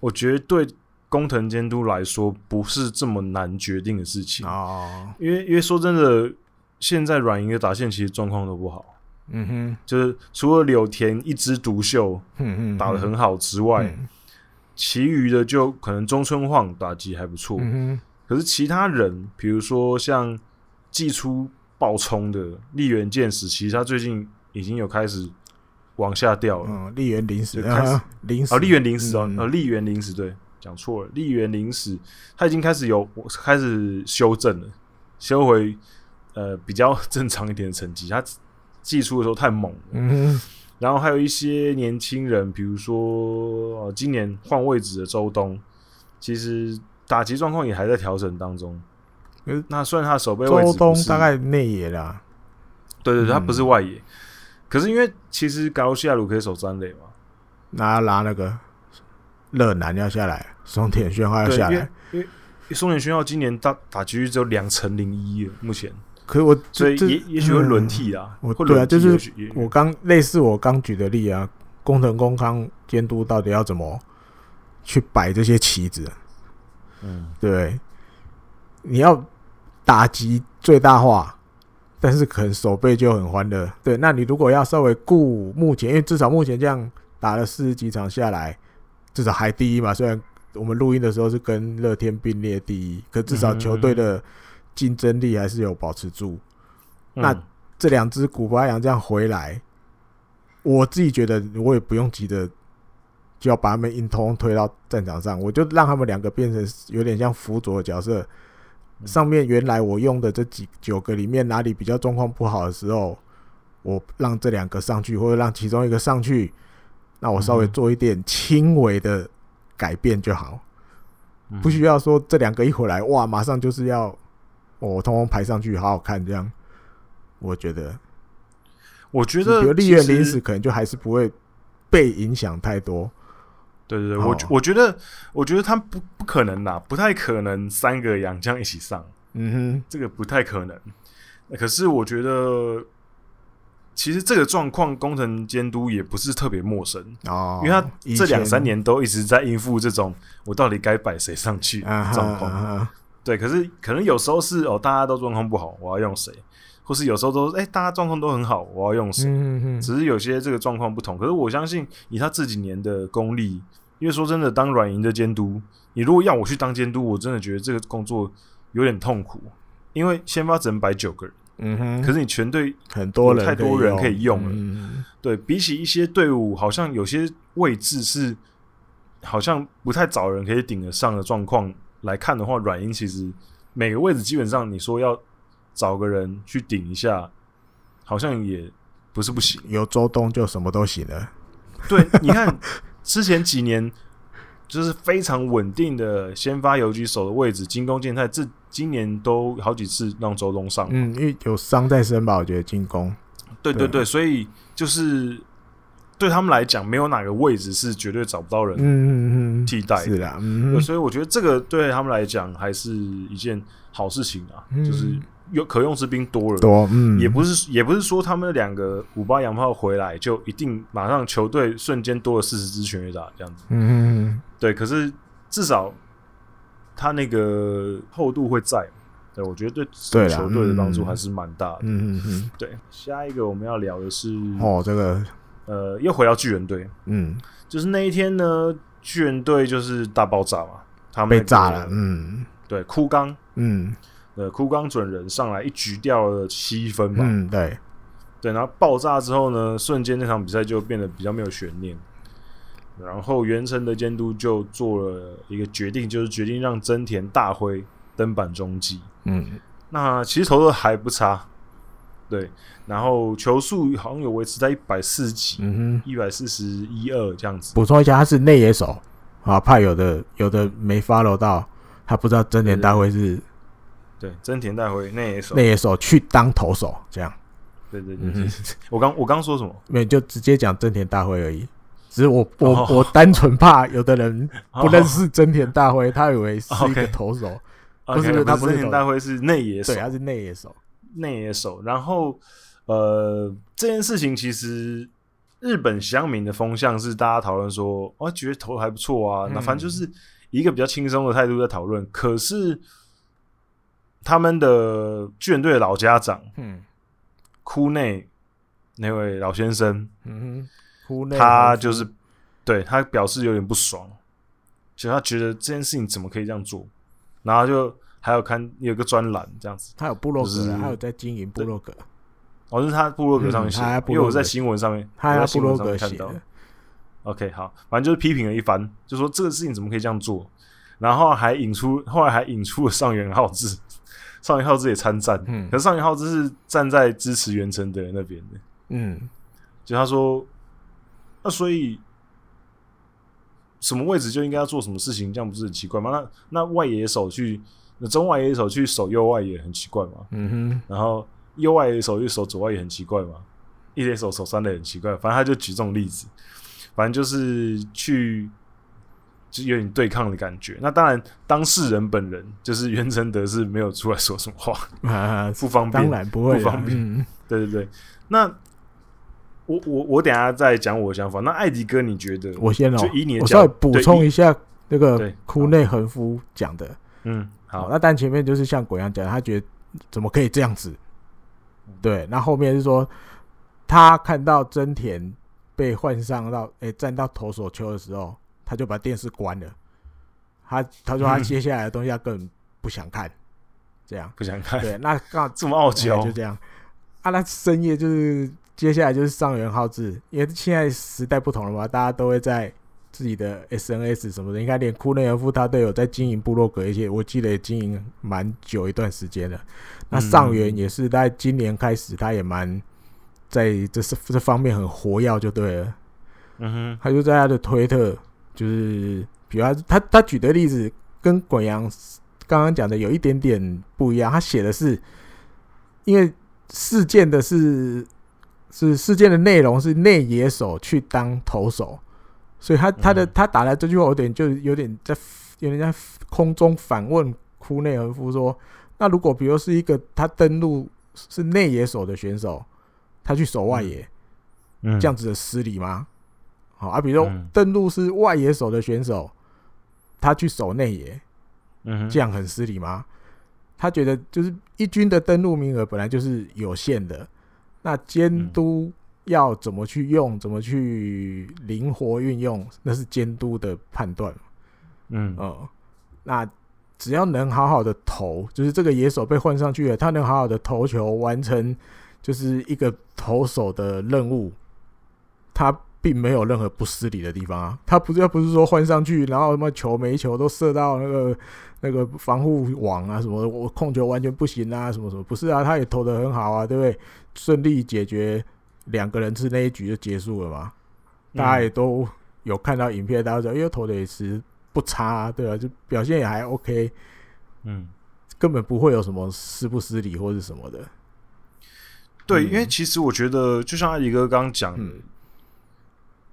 我觉得对工藤监督来说不是这么难决定的事情，哦，因为因为说真的，现在软银的打线其实状况都不好，嗯哼，就是除了柳田一枝独秀嗯嗯，嗯打得很嗯好之外，其余的就可能中村晃打击还不错，嗯可是其他人，比如说像寄出爆冲的立原健史，其实他最近已经有开始往下掉了。嗯，丽园零食，就开始啊零食，哦，丽园零食哦，嗯呃，丽园零食对，讲错了，丽园零食，它已经开始有我开始修正了，修回呃比较正常一点的成绩。它寄出的时候太猛了，嗯然后还有一些年轻人，比如说、呃、今年换位置的周东，其实打击状况也还在调整当中可是。那虽然他的守备哼，位嗯置周不东是大概内野啦，对对对，他嗯不是外野，可是因为其实加罗西亚鲁可以守三垒嘛，拿拿那个热男要下来，松田宣化要对，下因来为，因为松田宣浩今年打打击率只有两成零一了，目前，可是我所以这也也许会轮。嗯替啊，我会对啊轮替就是也许也我刚类似我刚举的例啊，工藤公康监督到底要怎么去摆这些棋子？啊嗯，对，你要打击最大化，但是可能手背就很欢乐。对，那你如果要稍微顾目前，因为至少目前这样打了四十几场下来，至少还第一嘛。虽然我们录音的时候是跟乐天并列第一，可至少球队的竞争力还是有保持住。那嗯这两只古巴羊这样回来，我自己觉得我也不用急着就要把他们硬通通推到战场上，我就让他们两个变成有点像辅佐的角色。嗯上面原来我用的这几九个里面，哪里比较状况不好的时候，我让这两个上去，或者让其中一个上去，那我稍微嗯做一点轻微的改变就好，嗯不需要说这两个一回来，哇，马上就是要哦我通通排上去，好好看这样。我觉得，我觉比得如其利苑实临时可能就还是不会被影响太多。对对对，哦我觉我觉得我觉得他不不可能啦，不太可能三个洋将一起上，嗯这个不太可能。可是我觉得，其实这个状况工程监督也不是特别陌生，哼，哦，因为他以这两前三年都一直在应付这种我到底该摆谁上去啊的哈状况。啊哈对，可是可能有时候是哦，大家都状况不好，我要用谁；或是有时候都哎、大家状况都很好，我要用谁。嗯嗯嗯，只是有些这个状况不同，可是我相信以他这几年的功力，因为说真的，当软银的监督，你如果要我去当监督，我真的觉得这个工作有点痛苦，因为先发只能摆九个人，嗯哼，可是你全队很多人太多人可以用了嗯对比起一些队伍，好像有些位置是好像不太找人可以顶得上的状况来看的话，软银其实每个位置基本上你说要找个人去顶一下，好像也不是不行。有周东就什么都行了。对，你看之前几年就是非常稳定的先发游击手的位置，进攻健太这今年都好几次让周东上。嗯，因为有伤在身吧，我觉得进攻。对对对对，所以就是对他们来讲，没有哪个位置是绝对找不到人嗯嗯嗯，替代的。是啦，嗯对，哼，所以我觉得这个对他们来讲还是一件好事情啊，嗯就是有可用之兵多了，多嗯，也不是也不是说他们两个五八洋炮回来就一定马上球队瞬间多了四十支全垒打这样子，嗯嗯对，可是至少他那个厚度会在，对我觉得对整个对啦球队的帮助嗯还是蛮大的。嗯嗯对，下一个我们要聊的是，嗯，哦，这个呃，又回到巨人队，嗯就是那一天呢，巨人队就是大爆炸嘛，他们被那个炸了，嗯对，枯冈。嗯呃，枯冈准人上来一局掉了七分吧，嗯，对，对，然后爆炸之后呢，瞬间那场比赛就变得比较没有悬念。然后原神的监督就做了一个决定，就是决定让真田大辉登板中继。嗯那其实投的还不差，对，然后球速好像有维持在一百四几、嗯哼，一百四十一二这样子。补充一下，他是内野手啊，怕有的有的没 follow 到，他不知道真田大会嗯是对，真田大辉那也手，内野手去当投手，这样，对对对嗯对哼，我刚我刚说什么？没有就直接讲真田大会而已。只是我我、哦我单纯怕有的人不认识真田大辉，他以为是一个 OK 投手，哦，不是 OK，不是他不是真田投大辉是内野手对，，他是内野手。内野手。然后，呃，这件事情其实日本乡民的风向是大家讨论说，哦，觉得投得还不错啊，那、嗯反正就是一个比较轻松的态度在讨论。可是他们的巨人队的老家长嗯库内那位老先生，嗯哼，哭内他就是对他表示有点不爽，就他觉得这件事情怎么可以这样做，然后就还有看有个专栏这样子。他有部落格就啊，是他有在经营部落格。哦，这是他部落格上面嗯写他在的，部因落为格我在新闻上面，他我在在部新闻落上格面看写到的。， OK，好，反正就是批评了一番，就说这个事情怎么可以这样做，然后还引出后来还引出了上元浩志，上元浩志也参战，嗯可是上元浩志是站在支持袁成德那边的，嗯，就他说，那所以什么位置就应该要做什么事情，这样不是很奇怪吗？那那外野手去，那中外野手去守右外野很奇怪吗？嗯然后右外野手去守左外野很奇怪嘛，一垒手守三垒很奇怪，反正他就举这种例子，反正就是去就有点对抗的感觉。那当然，当事人本人就是袁成德是没有出来说什么话， 哼，啊， 不方便 当。然不会啦不方便嗯对对对，那我我我等一下再讲我的想法。那艾迪哥，你觉得？我先哦就以你，的我角稍微补对充以一下那个对库内恒夫讲的。哦嗯，好，那但前面就是像鬼一样讲，他觉得怎么可以这样子？嗯对，那后面是说他看到真田被换上到诶、站到投手球的时候，他就把电视关了。他他嗯说他接下来的东西他根本不想看，这 样不想看，对，那刚好这么傲哎娇，就这样。啊，那深夜就是接下来就是上元浩志，因为现在时代不同了嘛，大家都会在自己的 SNS 什么的，你看连库内尔夫他都有在经营部落格一些，我记得也经营蛮久一段时间了。那上元也是在今年开始，他也蛮在这是这方面很活跃，就对了。嗯他就在他的推特，就是比如他他他举的例子跟滚阳刚刚讲的有一点点不一样，他写的是因为事件的是是事件的内容是内野手去当投手，所以他他的、嗯他打来这句话有点就有点在有点在空中反问库内和夫说，那如果比如是一个他登陆是内野手的选手，他去守外嗯野。哼，这这样子的失礼吗？好啊，比如说嗯登陆是外野手的选手，他去守内野，嗯哼这样很失礼吗？他觉得就是一军的登陆名额本来就是有限的，那监督要怎么去嗯用，怎么去灵活运用，那是监督的判断嘛嗯嗯，那只要能好好的投，就是这个野手被换上去了，他能好好的投球，完成就是一个投手的任务，他并没有任何不失礼的地方啊。他不是要不是说换上去，然后什么球每一球都射到那个那个防护网啊什么的，我控球完全不行啊，什么什么，不是啊，他也投的很好啊，对不对？顺利解决两个人次那一局就结束了嘛。大家也都有看到影片，大家说，因为投的也是不差、啊，对啊，就表现也还 OK，嗯。根本不会有什么失不失礼或者什么的。对，嗯因为其实我觉得，就像艾迪哥刚刚讲的，嗯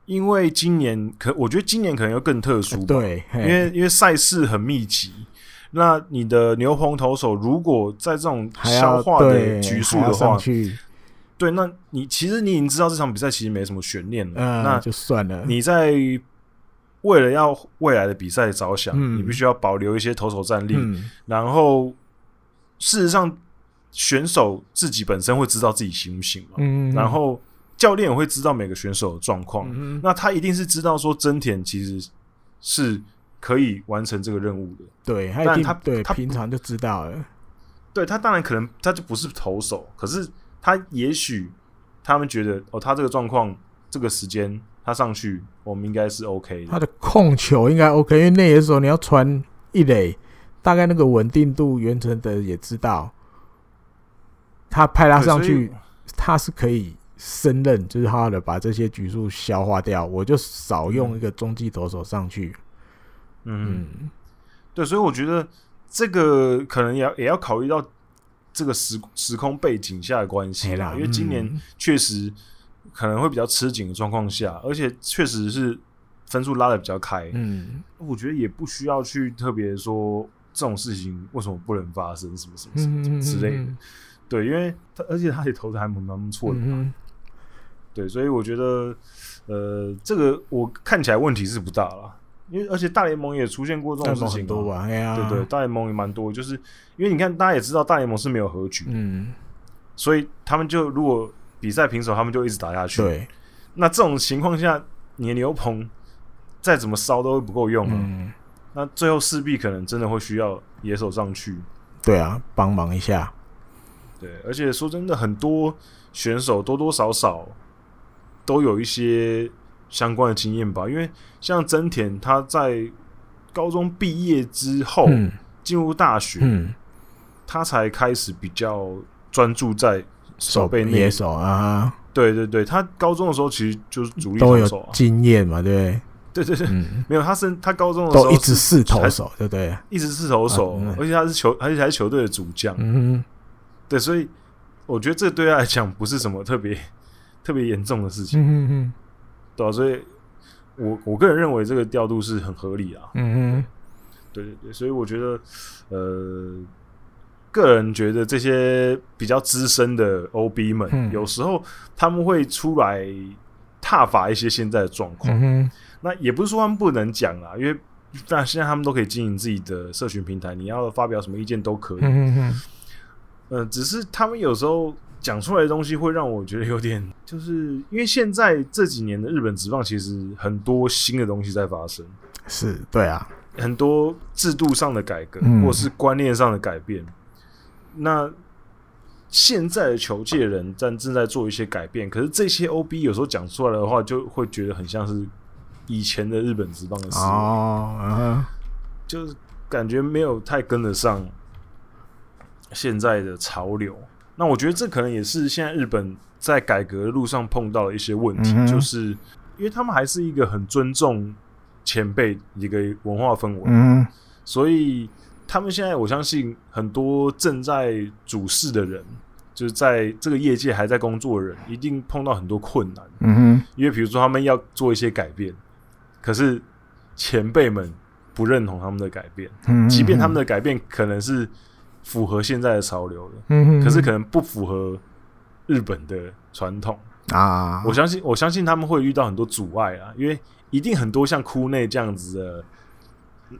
因为今年可我觉得今年可能又更特殊吧，哎对，因因为因为赛事很密集。那你的牛棚投手如果在这种还要消化的对局数还要的上话，去，对，那你其实你已经知道这场比赛其实没什么悬念了。嗯、那就算了。你在为了要未来的比赛着想，嗯你必须要保留一些投手战力。嗯，然后事实上，选手自己本身会知道自己行不行嘛。嗯，然后教练也会知道每个选手的状况，嗯那他一定是知道说真田其实是可以完成这个任务的。对，他一但定他对他嗯平常就知道了。对他当然可能他就不是投手，可是他也许他们觉得哦，他这个状况这个时间他上去，我们应该是 OK 他的。的控球应该 OK，因为那野手你要传一垒，大概那个稳定度，袁成德也知道，他派他对上所以去，他是可以胜任，就是好好的把这些局数消化掉，我就少用一个中继投手上去。嗯，嗯对，所以我觉得这个可能也要也要考虑到这个时时空背景下的关系嘿啦啦，因为今年嗯确实可能会比较吃紧的状况下，而且确实是分数拉的比较开。嗯我觉得也不需要去特别说这种事情为什么不能发生，什么什么什么。嗯之类的对，因为他而且他也投的还蛮蛮不错的，嗯对，所以我觉得呃，这个我看起来问题是不大啦，因为而且大联盟也出现过这那种种事很情、多啊。吧，哎呀，对对，，大联盟也蛮多，就是因为你看，大家也知道大联盟是没有和局，嗯，所以他们就如果比赛平手，他们就一直打下去。对，那这种情况下，你的牛棚再怎么烧都不够用啊。嗯，那最后势必可能真的会需要野手上去。对啊，帮忙一下，对，而且说真的，很多选手多多少少都有一些相关的经验吧。因为像真田，他在高中毕业之后嗯进、入大学，嗯，他才开始比较专注在手背内野。手啊，对对对，他高中的时候其实就是主力都投有手啊。经验嘛，对不对？对对对，嗯，没有，他是他高中的时候都一直是是投手，对不对？一直是投手，啊嗯而且他是球，而且还是球队的主将。嗯对，所以我觉得这对他来讲不是什么特别特别严重的事嗯情，嗯对、啊、所以我我个人认为这个调度是很合理啊。嗯对对对，所以我觉得，呃，个人觉得这些比较资深的 OB 们，嗯有时候他们会出来踏伐一些现在的状况。嗯那也不是说他们不能讲啦，因为但现在他们都可以经营自己的社群平台，你要发表什么意见都可以。嗯呃，只是他们有时候讲出来的东西会让我觉得有点，就是因为现在这几年的日本职棒其实很多新的东西在发生，是对啊，很多制度上的改革，嗯或者是观念上的改变。那现在的球界人正正在做一些改变，可是这些 OB 有时候讲出来的话，就会觉得很像是以前的日本职棒的思维，哦，就是感觉没有太跟得上现在的潮流。那我觉得这可能也是现在日本在改革的路上碰到的一些问题，嗯哼就是因为他们还是一个很尊重前辈一个文化氛围，嗯所以他们现在我相信很多正在主事的人，就是在这个业界还在工作的人，一定碰到很多困难。嗯因为比如说他们要做一些改变，可是前辈们不认同他们的改变，嗯，即便他们的改变可能是符合现在的潮流的，嗯，可是可能不符合日本的传统。啊，我相信，我相信他们会遇到很多阻碍啊，因为一定很多像哭内这样子的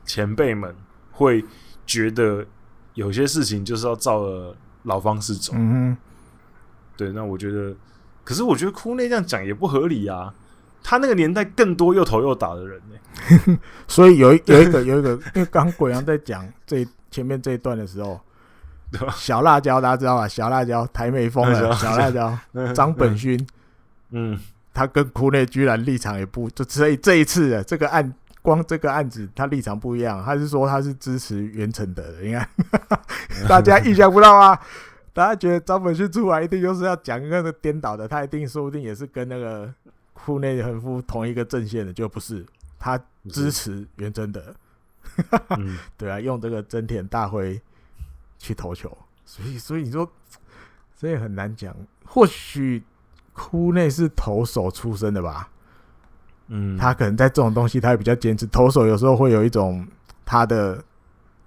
前辈们会觉得有些事情就是要照着老方式走。嗯对，那我觉得，可是我觉得哭内这样讲也不合理啊。他那个年代更多又投又打的人呢、所以有一有一个有一个，因为刚鬼阳在讲这一前面这一段的时候对吧，小辣椒大家知道吧？小辣椒台美风了，小辣椒张本勋，嗯，他跟库内居然立场也不，就所以这一次的这个案，光这个案子他立场不一样，他是说他是支持袁成德的，你看 大家意想不到啊。大家觉得张本勋出来一定就是要讲那个颠倒的，他一定说不定也是跟那个库内恒夫同一个阵线的，就不是他支持袁成德，嗯，对啊，用这个真田大辉去投球，所以所以你说，所以很难讲。或许库内是投手出身的吧，嗯，他可能在这种东西他也比较坚持。投手有时候会有一种他的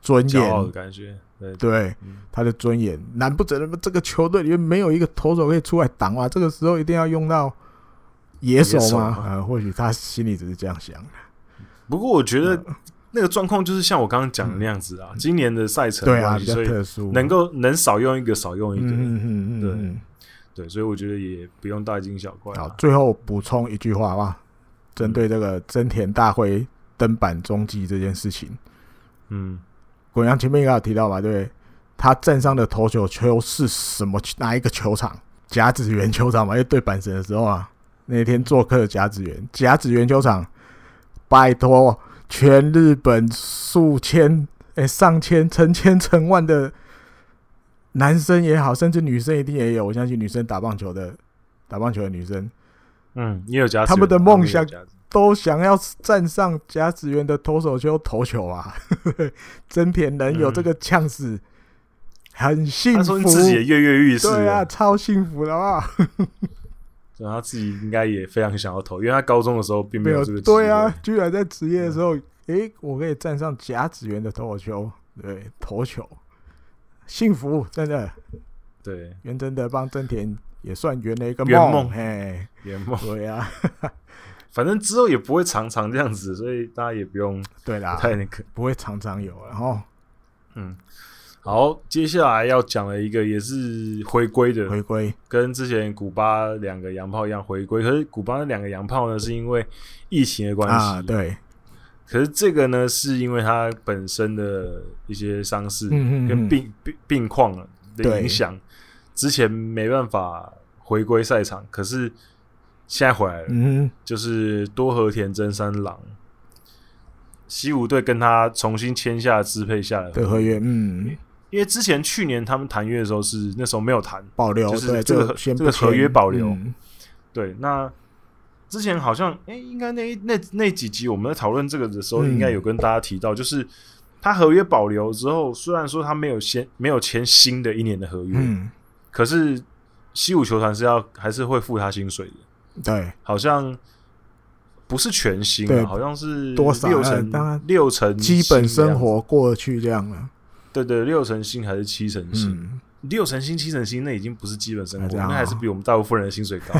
尊骄傲的严，感觉，对，对嗯他的尊严，难不成这个球队里面没有一个投手可以出来挡啊？这个时候一定要用到野手野手啊吗吗？呃，或许他心里只是这样想。不过我觉得嗯那个状况就是像我刚刚讲的那样子啊，今年的赛程对啊，关比系较所以特殊，能够能少用一个少用一个，嗯嗯嗯嗯对嗯。对，所以我觉得也不用大惊小怪、好啊，。嗯最后补充一句话好不好？针对这个真田大辉登板中继这件事情，嗯，滚阳前面也有提到嘛，对不对？他站上的投球球是什么？哪一个球场？甲子园球场嘛，因为对阪神的时候啊，那天做客的甲子园，甲子园球场，拜托，全日本数千、哎、上千、成千、成万的男生也好，甚至女生一定也有，我相信女生打棒球的，打棒球的女生，嗯，也有加他们的梦想加持都想要站上甲子园的投手丘投球啊！ 真田能有这个呛死，很幸嗯他福说。自己也跃跃欲试，对啊，超幸福的啊！对他自己应该也非常想要投，因为他高中的时候并没有有这个机会嗯对啊，，居然在职业的时候，诶、我可以站上甲子园的投手丘，对，投球，幸福，真的，对，袁真的帮真田也算圆了一个圆梦嘿，也梦，对啊， 反正之后也不会常常这样子，所以大家也不用对啦， 太那个。不会常常有啊，然后嗯，好，接下来要讲的一个也是回归的，回归，跟之前古巴两个洋炮一样回归，可是古巴那两个洋炮呢，是因为疫情的关系，啊，对，可是这个呢，是因为他本身的一些伤势嗯嗯嗯跟病、病病况啊的对影响，之前没办法回归赛场，可是现在回来了，嗯就是多和田真三郎，西武队跟他重新签下支配下来的合约，嗯，因为之前去年他们谈约的时候是那时候没有谈，保留，就是对，这个就先这个不签合约保留嗯对，那之前好像哎、诶应该那一那那几集我们在讨论这个的时候，嗯应该有跟大家提到，就是他合约保留之后，虽然说他没有签没有签新的一年的合约，嗯，可是西武球团是要还是会付他薪水的，对，好像不是全薪、对啊，好像是多少六呃当然成六成基本薪的生样子，活过得去这样了，对对，六成薪还是七成薪？嗯，六成薪、七成薪，那已经不是基本生啊活，这样那还是比我们大部分人的薪水高。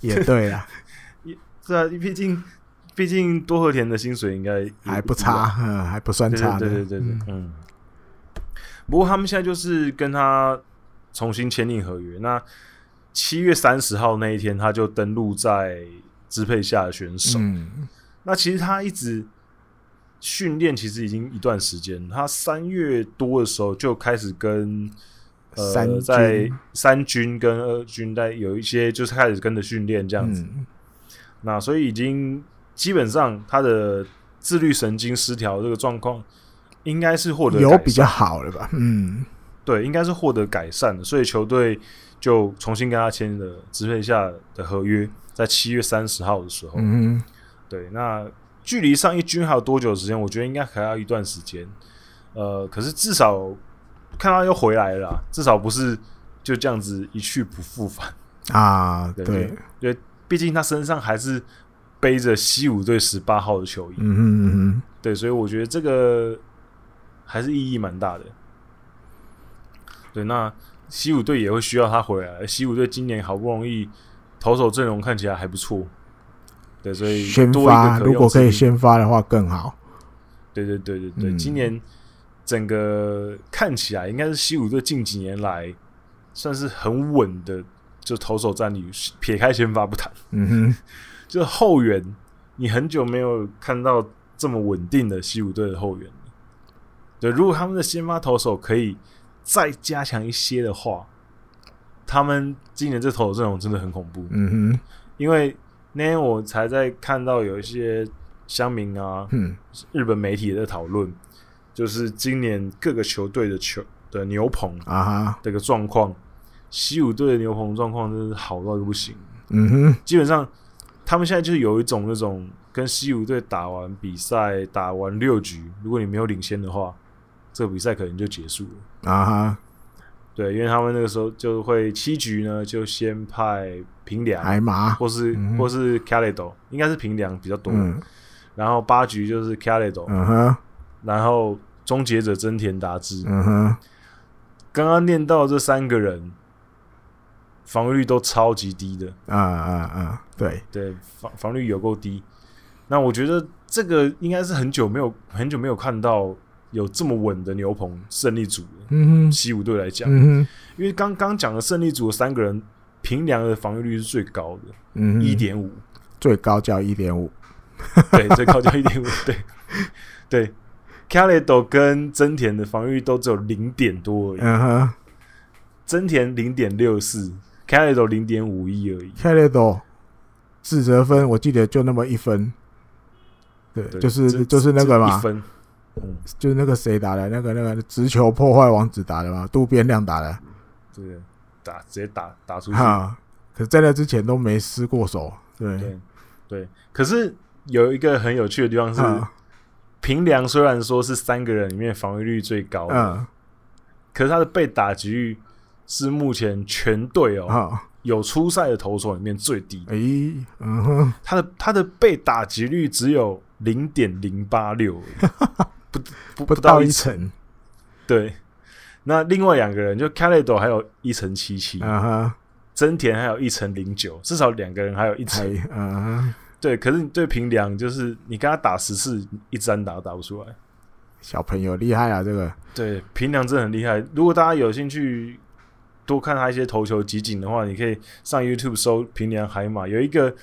也对啊啦，对啊，毕竟毕竟多和田的薪水应该 也还不差，嗯，还不算一差样，的，对对对对对嗯，嗯。不过他们现在就是跟他重新签订合约，那七月三十号那一天他就登陆在支配下的选手。嗯，那其实他一直训练，其实已经一段时间。他三月多的时候就开始跟呃三军在三军跟二军在有一些就是开始跟着训练这样子。嗯那所以已经基本上他的自律神经失调这个状况，应该是获得有改比较好了吧，嗯，对，应该是获得改善的，所以球队就重新跟他签了支配下的合约，在七月三十号的时候。嗯对，那距离上一军还有多久的时间？我觉得应该还要一段时间。呃，可是至少看到又回来了啦，至少不是就这样子一去不复返。啊，对对，因为毕竟他身上还是背着西武队十八号的球衣，嗯嗯嗯，对，所以我觉得这个还是意义蛮大的。对，那西武队也会需要他回来。西武队今年好不容易投手阵容看起来还不错，对，所以先多一发个如果用之可以一先发的话更好，对对对对对，嗯今年整个看起来应该是西武队近几年来算是很稳的，就投手战力，撇开先发不谈，嗯哼，就是后援，你很久没有看到这么稳定的西武队的后援了对，如果他们的先发投手可以再加强一些的话，他们今年这投手阵容真的很恐怖。嗯哼，因为那天我才在看到有一些乡民啊，嗯，日本媒体也在讨论，就是今年各个球队的球的牛棚啊哈，这个状况，西武队的牛棚状况真是好到一个不行。嗯哼，基本上他们现在就是有一种那种跟西武队打完比赛打完六局，如果你没有领先的话，这个比赛可能就结束了。啊哈，对，因为他们那个时候就会七局呢，就先派平良，海马，或是、嗯或是 Calido，应该是平良比较多。嗯然后八局就是 Calido，、嗯哼，然后终结者真田达之。嗯哼，刚刚念到这三个人，防御率都超级低的，啊啊啊，对，对，防防御率有够低。那我觉得这个应该是很久没有很久没有看到有这么稳的牛棚胜利组了嗯哼，西武队来讲，嗯哼，因为刚刚讲的胜利组的三个人，平良的防御率是最高的，嗯哼，一点五，最高叫一点五，对，最高叫一点五，对对。c a l e d o 跟真田的防御都只有零点多而已，嗯哼真田零点六四 c a l e d o 零点五一而已。 c a l e d o 自责分我记得就那么一分，对，对就是这就是那个这嘛一，分，嗯，就是那个谁打的，那个那个直球破坏王子打的嘛，渡边亮打的，对，打直接打打出去，哈，可在那之前都没失过手，对，对对。可是有一个很有趣的地方是，嗯平良虽然说是三个人里面防御率最高的，嗯，可是他的被打击率是目前全队哦、好，有出赛的投手里面最低的，诶，嗯哼，他的他的被打击率只有零点零八六， 不不不不到到一层。层，对，那另外两个人就 Calido 还有一乘七七，嗯哼，真田还有一乘零九，至少两个人还有一还层。嗯哼，对，可是你对平良就是你跟他打十次，一张打都打不出来。小朋友厉害啊，这个，对，平良真的很厉害。如果大家有兴趣多看他一些投球集锦的话，你可以上 YouTube 搜平良海马，有一个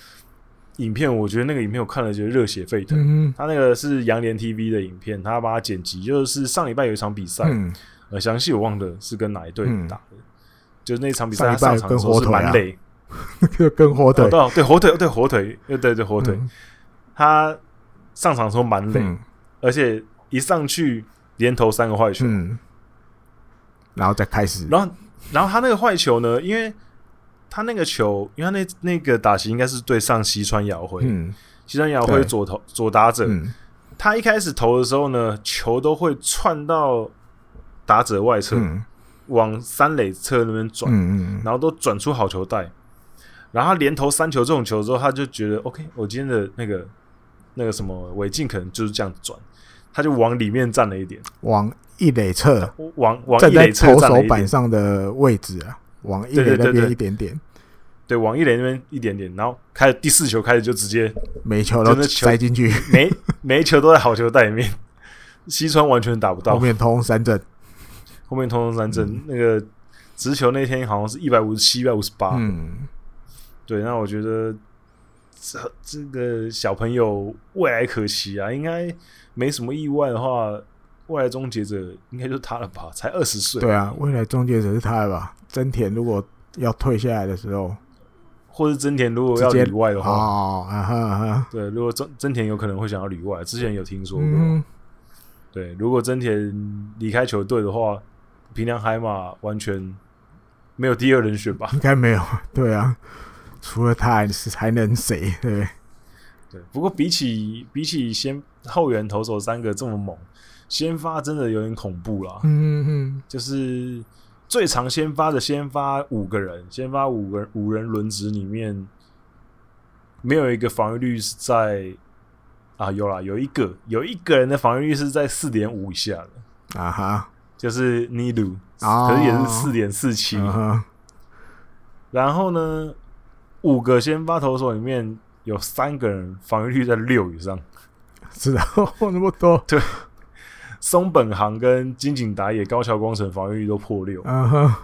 影片，我觉得那个影片我看了觉得热血沸腾。嗯他那个是杨连 TV 的影片，他帮他剪辑，就是上礼拜有一场比赛，哼，嗯嗯呃，详细我忘了是跟哪一队打的。就是那场比上赛他一半上场的时候跟火是腿啊蛮累， 就跟火腿哦，对哦对火腿对火腿，对对对火腿，嗯他上场的时候蛮累，嗯而且一上去连投三个坏球，嗯，然后再开始，然后然后他那个坏球呢，因为他那个球，因为他那那个打席应该是对上西川遥辉，嗯西川遥辉对左投左打者，嗯他一开始投的时候呢，球都会窜到打者外侧，嗯往三垒侧那边转，嗯嗯，然后都转出好球带。然后他连投三球这种球之后，他就觉得 OK，我今天的那个那个什么违禁可能就是这样转，他就往里面站了一点，往一垒侧，往往站一在垒侧投站了手一板点，上的位置啊，往一对垒对那对边对一点点，对，往一垒那边一点点，然后开始第四球开始就直接 每球都就那球塞进去，每每一球都在好球袋里面， 西川完全打不到后，面通三振，后面通通三嗯振。那个直球那天好像是一百五十七、一百五十八，嗯，对，那我觉得这这个小朋友未来可期啊，应该没什么意外的话，未来终结者应该就是他了吧？才二十岁，对啊，未来终结者是他了吧？真田如果要退下来的时候，或是真田如果要直接里外的话，哦，啊哈啊哈，对，如果真真田有可能会想要里外，之前有听说过，嗯，对，如果真田离开球队的话，平良海马完全没有第二人选吧？ 应该没有， 对啊，除了他还是还能谁？对不对，对，不过比起比起先后援投手三个这么猛，先发真的有点恐怖啦。嗯嗯就是最长先发的先发五个人，先发五个人五人轮值里面，没有一个防御率是在啊有啦，有一个有一个人的防御率是在四点五以下的，嗯，啊哈，就是尼鲁，哦可是也是四点四七。啊哈，然后呢，五个先发投手里面有三个人防御率在六以上，知道 那么多，松本航跟金井打野、高桥光成防御率都破六，啊哈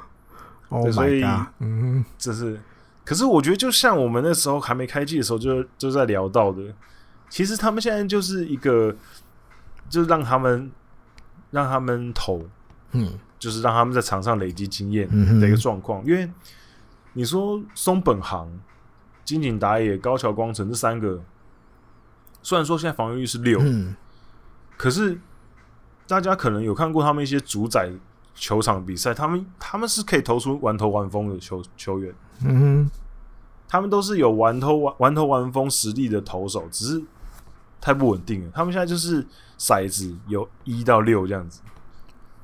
，Oh 对所 my 以 god，嗯这是。可是我觉得，就像我们那时候还没开季的时候就，就在聊到的，其实他们现在就是一个，就是让他们让他们投，嗯就是让他们在场上累积经验嗯哼的一个状况。因为你说松本航、金井打野、高桥光成这三个，虽然说现在防御率是六、嗯，可是大家可能有看过他们一些主宰球场比赛，他们他们是可以投出完投完封的球球员。嗯他们都是有玩头玩玩头玩风实力的投手，只是太不稳定了。他们现在就是骰子有一到六这样子，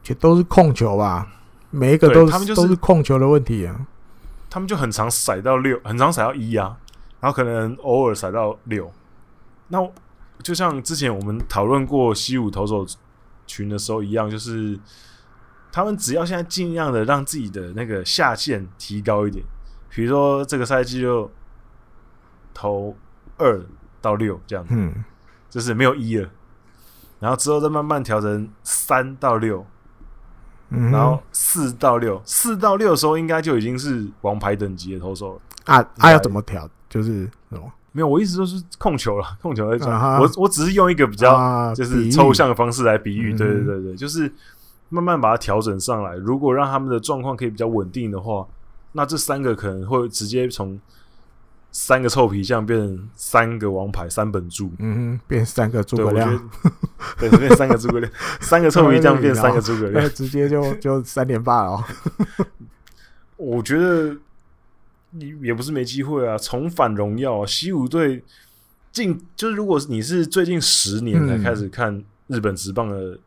且都是控球吧，每一个对都他们就是都是控球的问题啊，他们就很常骰到六，很常骰到一啊，然后可能偶尔骰到六。那我就像之前我们讨论过西武投手群的时候一样，就是他们只要现在尽量的让自己的那个下限提高一点，比如说这个赛季就投二到六这样子。嗯就是没有一了，然后之后再慢慢调成三到六，嗯，然后四到六，四到六的时候应该就已经是王牌等级的投手了。啊啊要怎么调？就是什么没有，我一直都是控球了， 控球在转。啊哈我我只是用一个比比较就是抽，啊象的方式来比喻，嗯对对对对，就是慢慢把它调整上来。如果让他们的状况可以比较稳定的话，那这三个可能会直接从三个臭皮匠变成三个王牌三本柱。比喻嗯哼，变三个诸对，葛我觉亮得， 对，变三个诸葛亮，三个臭皮匠变三个诸葛亮 那。直接就就三连霸了、哦。我觉得也也不是没机会啊，重返荣耀、啊。西武队近就是，如果你是最近十年才嗯开始看日本职棒的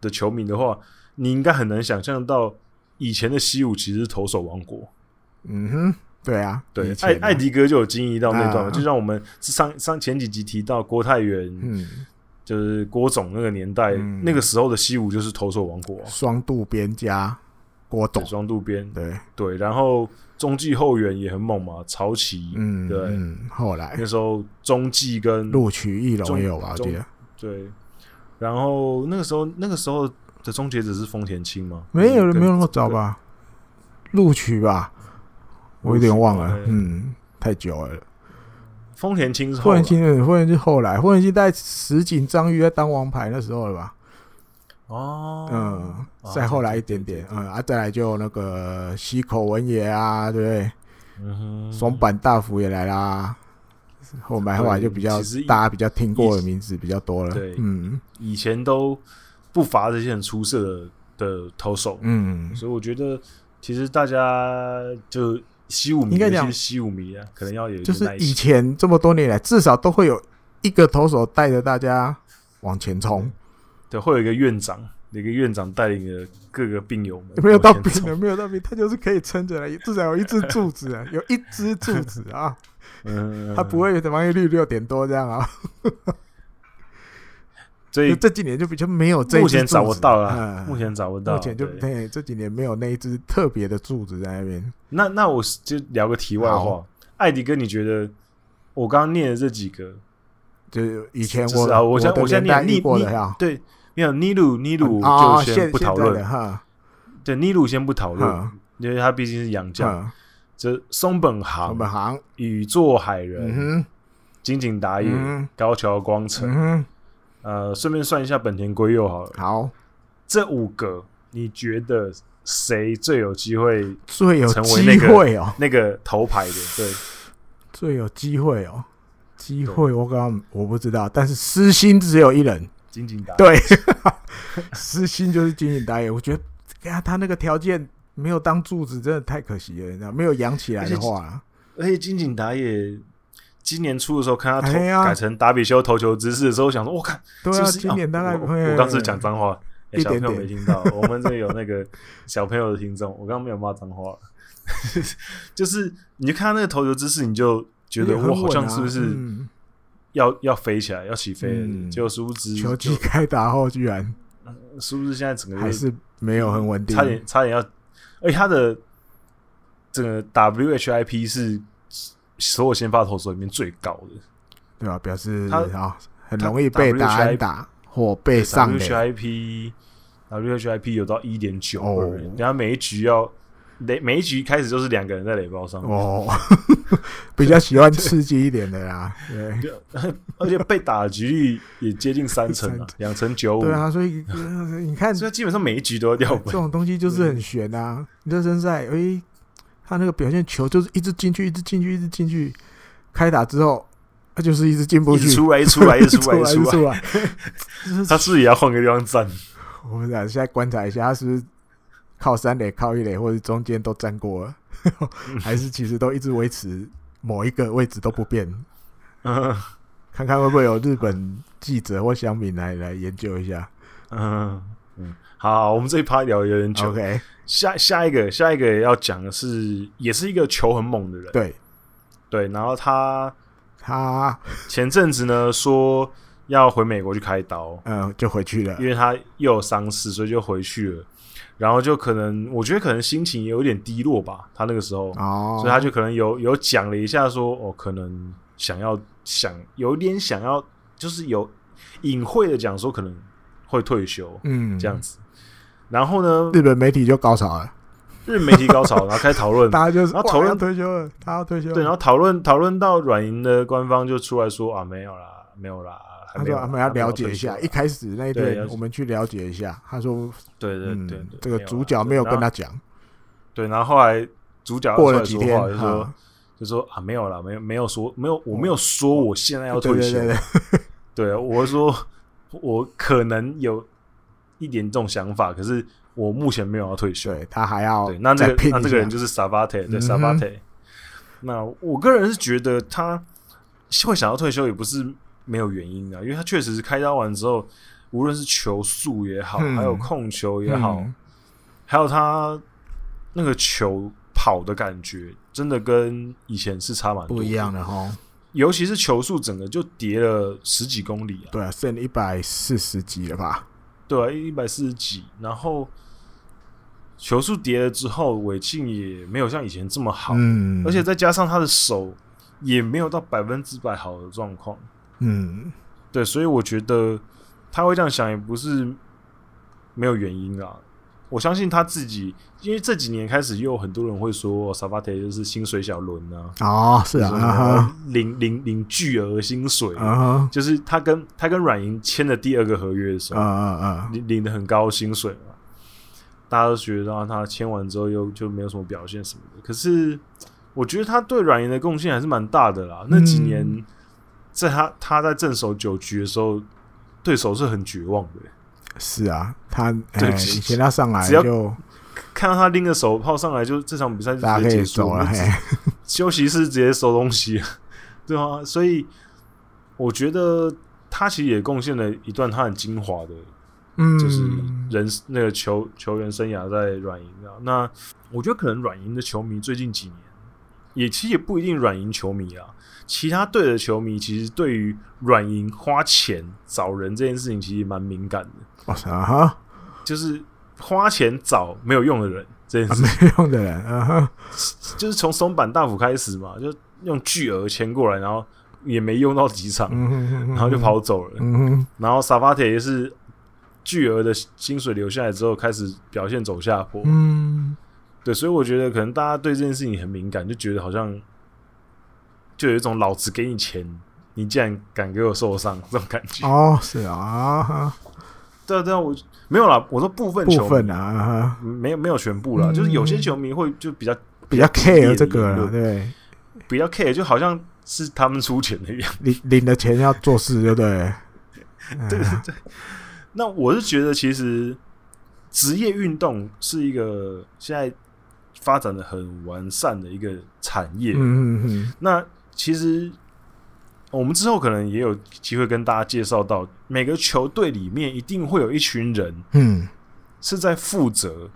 的球迷的话，你应该很难想象到以前的西武其实是投手王国。嗯哼，对啊，对以，前艾啊艾，迪哥就有经历到那段啊嘛，就像我们上上前几集提到郭泰源，嗯，就是郭总那个年代，嗯那个时候的西武就是投手王国、啊，双渡边加郭董对，双渡边，对，对，然后中继后援也很猛嘛，曹奇，嗯，对嗯，后来那时候中继跟录取翼龙也有吧，我中记得对，然后那个时候那个时候的终结者是丰田青吗？没有嗯跟没有那么早？吧，录取吧，我有点忘了录取，嗯，太久了。跟丰田青是霍后来元庆，霍元庆后来，霍元庆在石井章鱼在当王牌那时候了吧？哦，嗯，哦再后来一对点对点，嗯对啊，再来就那个西口文也啊，对不对？嗯哼，松坂大辅也来啦。后来对后来就比较其实一大家比较听过的名字比较多了，对嗯以前都不乏这些很出色的的投手，嗯，所以我觉得其实大家就西武迷，应该尤其讲是西武迷啊，可能要有一就点是耐以心。前这么多年来，至少都会有一个投手带着大家往前冲，对，会有一个院长，有一个院长带领着各个病友们，没有到往前病走的，没有到病，他就是可以撑着来，至少有一支柱子啊，有一支柱子啊，嗯，他不会怎么一率六点多这样啊。就所以这几年就比较没有这一目支前找柱不子到了，嗯目前找不到，目前就对对这几年没有那一只特别的柱子在那边。那那我是就聊个题外话好，艾迪哥，你觉得我刚刚念的这几个，就是以前就是我啊，我现在的我现年在代念遇你过的你呀，对，没有尼鲁尼鲁啊，就现先不讨现在论的，哈，对，尼鲁先不讨论，嗯因为他毕竟是洋将。嗯，这松本我航们、行，宇作海人、嗯哼，金井达也、嗯高桥光哼，成，嗯呃，顺便算一下本田圭佑好了哼，。好，这五个，你觉得谁最有机会最有成为机那个会哦，那个头牌的？对，最有机会哦，机会我刚刚我不知道，但是私心只有一人，金井达也对，私心就是金井打野，我觉得，哎呀，他那个条件没有当柱子真的太可惜了，你知道，没有养起来的话啊，而且金井达也今年初的时候看他投、哎呀改成达比修投球姿势的时候，我想说，我看对是啊，不是哦今年大概我会我当时讲脏话，哎一小朋点友没点听到， 我们这里有那个小朋友的听众，我刚刚没有骂脏话， 就是你就看他那个投球姿势，你就觉得也很我好稳像啊是不是嗯要、要飞起来，要起飞了？嗯结果殊不知，球就季开打后居然殊不知现在整个还是没有很稳定，差点差点要，而且他的整个 WHIP 是所有先发投手里面最高的。对吧、表示他啊、很他容易被 WHIP 打安打或被欸上垒， WHIP WHIP 有到一点九哦二，人家每一局要垒每一局开始就是两个人在垒包上面，哦， 比较喜欢刺激一点的啦，对。 而且被打的局率也接近三成啊三，两成九五对，啊，所以呃你看所以基本上每一局都要掉 这分。种东西就是很悬啊！热身赛，诶、他那个表现球就是一直进去，一直进去，一直进去，开打之后，他就是一直进不一去直，出来，一直出来，一直出来，一来，直出出来。 来。他是不是也要换个地方站？我们俩现在观察一下，他是不是靠三垒、靠一垒，或者中间都站过 了，还是其实都一直维持某一个位置都不变？嗯看看会不会有日本记者或乡民来来研究一下。嗯嗯，好，好我们这一趴聊得有点久， OK，下下一个下一个要讲的是，也是一个球很猛的人，对对，然后他他，前阵子呢说要回美国去开刀，呃，就回去了因。为他又有伤势，所以就回去了，然后就可能我觉得可能心情也有点低落吧，他那个时候，哦，所以他就可能有有讲了一下说，哦，可能想要想有点想要，就是有隐晦的讲说可能会退休、嗯这样子，然后呢，日本媒体就高潮了，日媒体高潮，然后开始讨 论。大家就是嗯然后哇讨论要退休了，他要退休了。对，然后讨论讨论到软银的官方就出来说啊，没有啦，没有啦，还他没说啊他有啦，们要还没有了解退一休下啦，一开始那一对队要我们去了解一下。他说，对对嗯对，对这个没有啦主角没有跟然他后讲，对，然后后来主角过出了来几说天话就说啊就说啊，没有啦，没有没有说没有，我没有说我现在哎要对退对休对，对，对我说我可能有一点这种想法，可是我目前没有要退休。对他还要对，那这再个拼那一这个人下就是 Savate，对嗯哼 Savate。那我个人是觉得他会想要退休也不是没有原因的，因为他确实是开刀完之后，无论是球速也好，嗯还有控球也好，嗯还有他那个球跑的感觉，真的跟以前是差蛮多不一样。的哈。尤其是球速，整个就跌了十几公里啊，对啊，剩一百四十集了吧？对啊，一百四十几，然后。球速跌了之后，尾劲也没有像以前这么好，嗯，而且再加上他的手也没有到百分之百好的状况，嗯，对，所以我觉得他会这样想也不是没有原因啊。我相信他自己，因为这几年开始又有很多人会说萨巴特就是薪水小轮啊，哦，是啊，就是啊哈，领领领巨额薪水，啊哈，就是他跟他跟软银签的第二个合约的时啊候，啊啊，领领的很高薪水嘛，大家都觉得啊他签完之后又就没有什么表现什么的。可是我觉得他对软银的贡献还是蛮大的啦。那几年嗯在他他在镇守九局的时候，对手是很绝望的。是啊，他对哎，以前他上来只要就看到他拎个手炮上来，就这场比赛就大直家接可以结束走了，我嘿们，休息室直接收东西，对啊，所以我觉得他其实也贡献了一段他很精华的，嗯，就是人、那个球球员生涯在软银啊。那我觉得可能软银的球迷最近几年，也其实也不一定软银球迷啊，其他队的球迷其实对于软银花钱找人这件事情其实蛮敏感的，哇塞，啊哈，就是花钱找没有用的人这件事情。啊没用的人，啊哈，就是从松坂大辅开始嘛，就用巨额签过来，然后也没用到几场，嗯哼哼哼，然后就跑走了。嗯哼，然后萨法铁也是巨额的薪水留下来之后，开始表现走下坡。嗯，对，所以我觉得可能大家对这件事情很敏感，就觉得好像就有一种老子给你钱，你竟然敢给我受伤这种感觉。哦，是啊，啊哈，对啊，对啊，我没有啦，我说部分球部迷分啊，啊哈，没有没有全部啦，嗯就是有些球迷会就比较比较 care 这个对啦，对，比较 care，就好像是他们出钱的一样。 领领了钱要做事，对不对？对那我是觉得，其实职业运动是一个现在发展的很完善的一个产业。嗯嗯嗯，那其实我们之后可能也有机会跟大家介绍到，每个球队里面一定会有一群人嗯，是在负责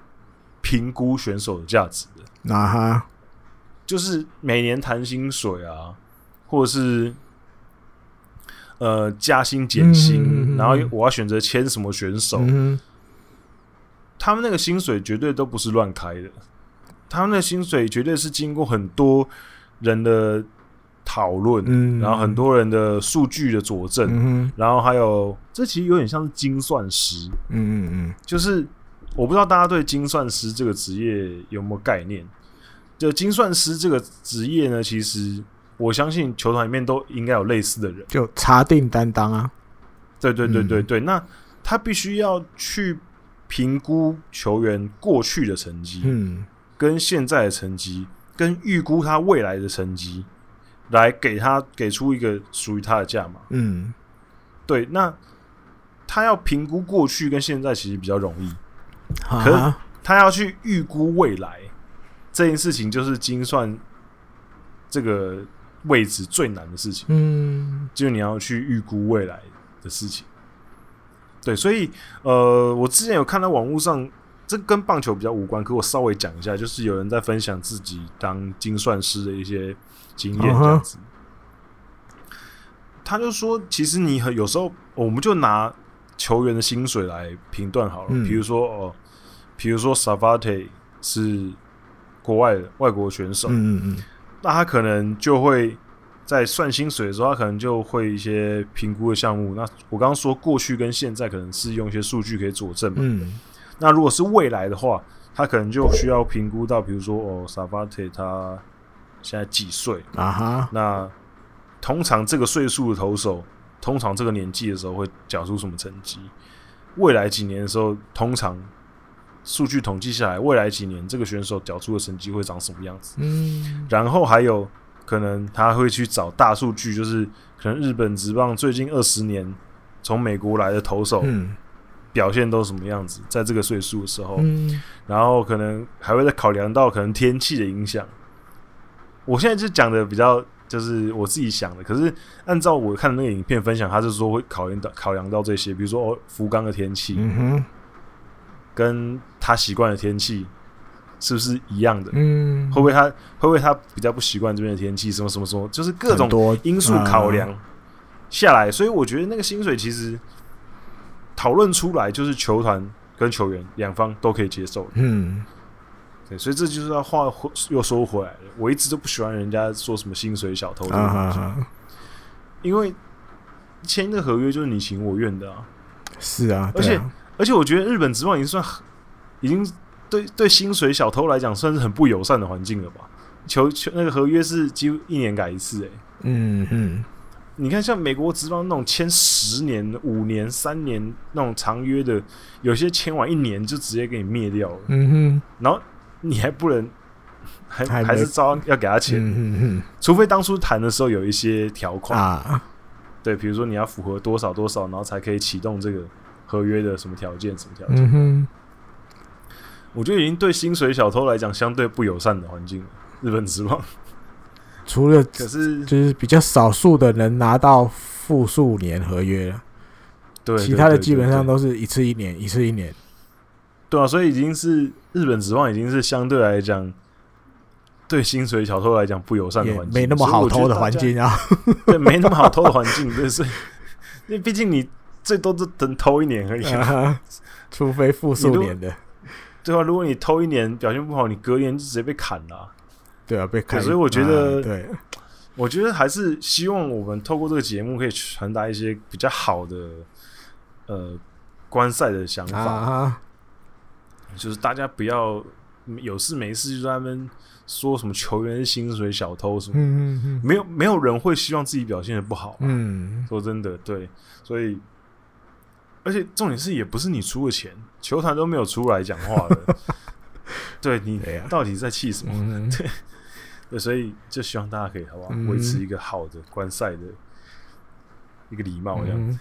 评估选手的价值的，那嗯啊哈，就是每年谈薪水啊，或者是。呃，加薪减嗯薪，嗯嗯嗯然后我要选择签什么选手，嗯他们那个薪水绝对都不是乱开的，他们的薪水绝对是经过很多人的讨论，嗯然后很，多人的数据的佐证，嗯哼然后还有这其实有点像是精算师，嗯嗯就是我不知道大家对精算师这个职业有没有概念？就精算师这个职业呢，其实我相信球团里面都应该有类似的人。嗯，就查定担当啊，对对对嗯对对，那他必须要去评估球员过去的成绩，嗯跟现在的成绩，跟预估他未来的成绩，来给他给出一个属于他的价码。嗯，对，那他要评估过去跟现在其实比较容易，可可他要去预估未来这件事情，就是精算这个位置最难的事情。嗯就是你要去预估未来的事情。对，所以呃，我之前有看到网络上，这跟棒球比较无关，可我稍微讲一下，就是有人在分享自己当精算师的一些经验嗯哼这样子。他就说，其实你很有时候，我们就拿球员的薪水来评断好了，嗯比如说哦，比如说 Savate 是国外的外国选手，嗯嗯那他可能就会在算薪水的时候，他可能就会一些评估的项目。那我刚刚说过去跟现在可能是用一些数据可以佐证嘛。嗯那如果是未来的话，他可能就需要评估到，比如说哦，萨巴特他现在几岁？嗯，啊哈，那通常这个岁数的投手，通常这个年纪的时候会缴出什么成绩？未来几年的时候，通常数据统计下来，未来几年这个选手缴出的成绩会长什么样子？嗯然后还有可能他会去找大数据，就是可能日本职棒最近二十年从美国来的投手嗯表现都什么样子，在这个岁数的时候，嗯然后可能还会再考量到可能天气的影响。我现在就讲的比较就是我自己想的，可是按照我看的那个影片分享，他是说会考量到考量到这些，比如说哦福冈的天气、嗯哼跟他习惯的天气是不是一样的，嗯，会不会他会不会他比较不习惯这边的天气，什么什么什么，就是各种很多啊因素考量下来，所以我觉得那个薪水其实讨论出来就是球团跟球员两方都可以接受的。嗯对，所以这就是要话回又说回来了，我一直都不喜欢人家说什么薪水小偷这啊个东哈西，哈，因为签的合约就是你情我愿的啊。是啊，而且而且我觉得日本职棒已经算很已经对对薪水小偷来讲算是很不友善的环境了吧？球球那个合约是几乎一年改一次、欸，诶，嗯嗯，你看像美国职棒那种签十年、五年、三年那种长约的，有些签完一年就直接给你灭掉了，嗯哼，然后你还不能。还还没还是照样要给他钱，嗯嗯除非当初谈的时候有一些条嗯款，啊，对，比如说你要符合多少多少，然后才可以启动这个合约的什么条件什么条件。嗯哼，我觉得已经对薪水小偷来讲相对不友善的环境了，日本职 棒。除了可是就是比较少数的能拿到复数年合约了，对其他的对对基本上对都是一次一年，一次一年。对啊，所以已经是日本职棒已经是相对来讲对薪水小偷来讲不友善的也环境，没那么好偷的环所以境啊。我觉得大家，对，没那么好偷的环境， 对，所以因为毕竟你最多就等偷一年而已。嗯啊 除非复数年的，对啊，如果你偷一年表现不好，你隔年就直接被砍了啊、对啊，被开。所以我觉得啊对，我觉得还是希望我们透过这个节目可以传达一些比较好的呃观赛的想法，啊，就是大家不要有事没事就在那边说什么球员是薪水小偷什么，嗯嗯没有没有人会希望自己表现的不好啊、嗯说真的，对，所以而且重点是也不是你出的钱，球团都没有出来讲 话的，对你对啊到底在气什么？嗯，对，对，所以就希望大家可以好不好嗯维持一个好的观赛的一个礼貌，这样子、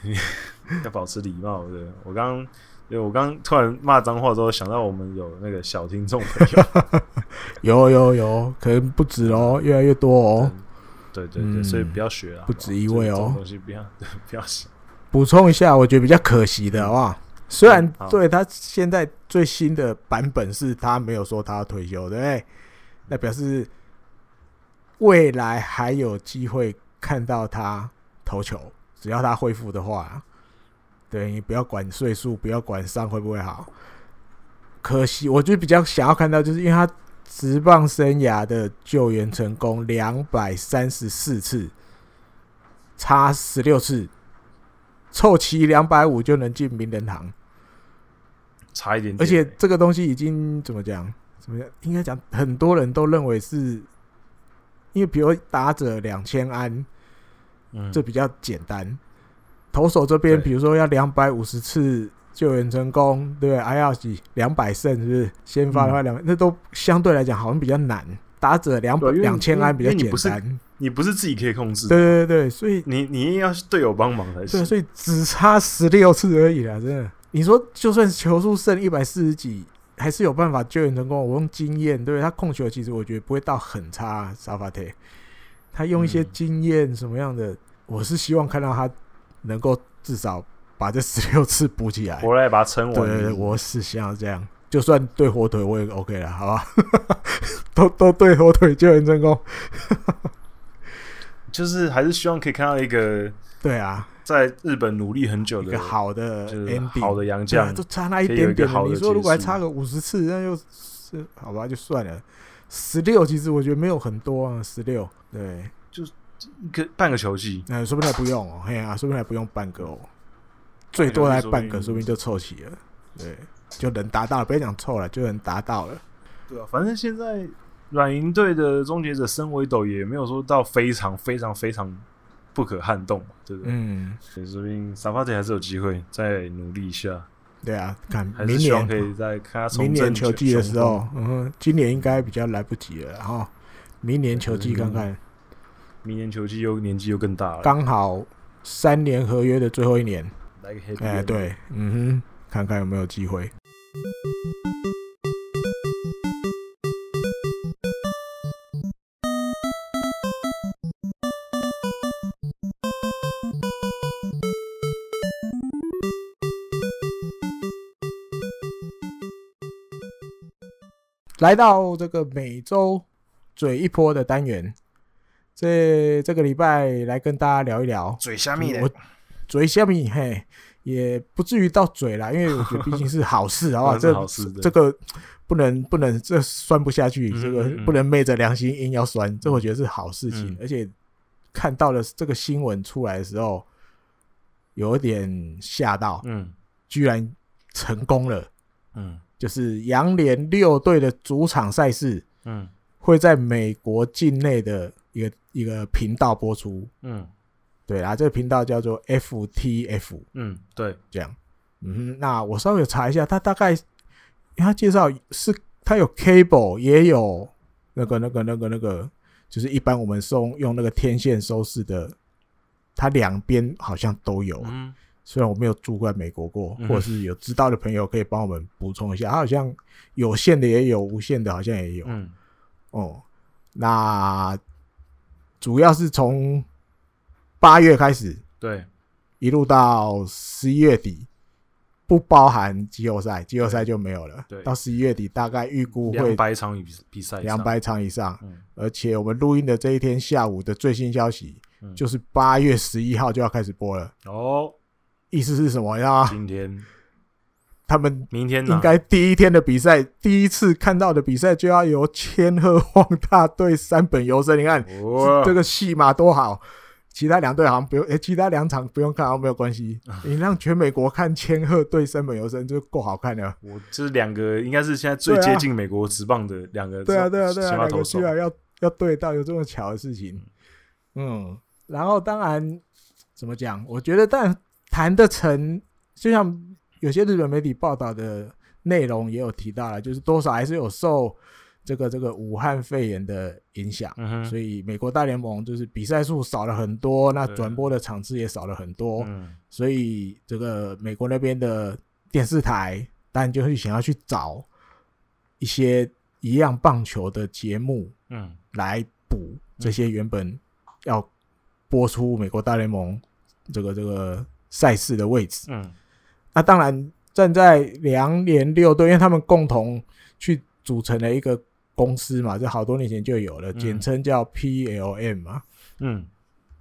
嗯 要保持礼貌。对，我刚刚，对我刚刚突然骂脏话之后，想到我们有那个小听众朋友，有有有，可能不止哦，越来越多哦。对对对，嗯所以不要学啊，不止一位哦这种东西不要 对不要学。补充一下，我觉得比较可惜的，好不好？虽然嗯好对他现在最新的版本是他没有说他要退休，对不对？那表示未来还有机会看到他投球，只要他恢复的话，对你不要管岁数，不要管伤会不会好。可惜，我就比较想要看到，就是因为他职棒生涯的救援成功两百三十四次，差十六次，凑齐两百五就能进名人堂。差一点点而欸、且这个东西已经怎么讲？怎么讲？应该讲很多人都认为是，因为比如打者两千安，嗯，这比较简单。投手这边，对比如说要两百五十次救援成功，对不对？还要几两百胜，是不是？先发的嗯话两、那都相对来讲好像比较难。打者两百对因为两千安比较因为简你不是单，你不是自己可以控制的，对对对对，所以你你一定要队友帮忙才对，行。所以只差十六次而已啦，真的。你说就算球数剩一百四十几，还是有办法救援成功。我用经验，对他控球，其实我觉得不会到很差。沙发特，他用一些嗯经验什么样的，我是希望看到他能够至少把这十六次补起来。回来把它撑对完。对对，我是想要这样，就算对火腿我也 OK 了，好吧？ 都都对火腿救援成功，就是还是希望可以看到一个对啊，在日本努力很久一的个好的就是 ending，好的洋对啊将就，差那一可以有点一个点了。好的你说如果还结束差个五十次，那就是好吧，就算了。十六其实我觉得没有很多啊，十六对，一个半个球季，那、说不定还不用哦，嘿啊，说不定还不用半个哦，最多还半个，说对哎不说不定定就凑齐了，对，就能达到了，不要讲凑了，就能达到了，对啊，反正现在软银队的终结者森维斗也没有说到非常非常非常不可撼动嘛，对不对？嗯，所以说明萨法特还是有机会再努力一下，对啊，看还明是希望可年以再看他重明年振球季的时候，，嗯哼，今年应该比较来不及了，然后明年球季看看，明年球季又年纪又更大了，刚好三年合约的最后一年，来个 happy，哎， ending，对，嗯哼，看看有没有机会。来到这个每周嘴一波的单元，这这个礼拜来跟大家聊一聊嘴下我嘴下面嘿，也不至于到嘴啦，因为我觉得毕竟是好 事，好不好？这这哦好事，对这个不能不能这酸不下去，嗯这个嗯嗯不能昧着良心硬要酸，这我觉得是好事情。嗯而且看到了这个新闻出来的时候，有点吓到，嗯居然成功了。嗯，就是洋联六队的主场赛事嗯会在美国境内的一个一个频道播出。嗯对啊啦，这个频道叫做 FTF，嗯，对，这样。嗯哼，那我稍微有查一下，它大概因为它介绍是它有 cable，也有那个那个那个那个，就是一般我们送用那个天线收视的，它两边好像都有。啊嗯虽然我没有住过美国过，嗯或者是有知道的朋友可以帮我们补充一下，它好像有线的也有，无线的好像也有。嗯哦，那主要是从八月开始，对，一路到十一月底，不包含季后赛，季后赛就没有了对。到十一月底，大概预估两会百场比比赛以上，两百场以上。嗯而且我们录音的这一天下午的最新消息，嗯就是八月十一号就要开始播了。哦，意思是什么呀？今天他们明天呢应？该第一嗯天的比赛，第一次看到的比赛就要由千鹤晃大对三本优生。你看哇这个戏码多好，其他两队好像不用，诶，其他两场不用看，好像没有关系。啊你让全美国看千鹤对山本优生就够好看 了。我这两个应该是现在最对啊接近美国职棒的两个对啊，对啊，对啊，先发两投个手居，然要要对到有这么巧的事情，嗯，然后当然怎么讲？我觉得，但谈得成，就像有些日本媒体报道的内容也有提到了，就是多少还是有受这个这个武汉肺炎的影响。嗯哼，所以以美国大联盟就是比赛数少了很多，那对转播的场次也少了很多，嗯所以这个美国那边的电视台当然就是想要去找一些一样棒球的节目嗯来补这些原本要播出美国大联盟这个这个赛事的位置。嗯那当然，站在两联六队，因为他们共同去组成了一个公司嘛，这好多年前就有了，嗯简称叫 PLM 嘛。嗯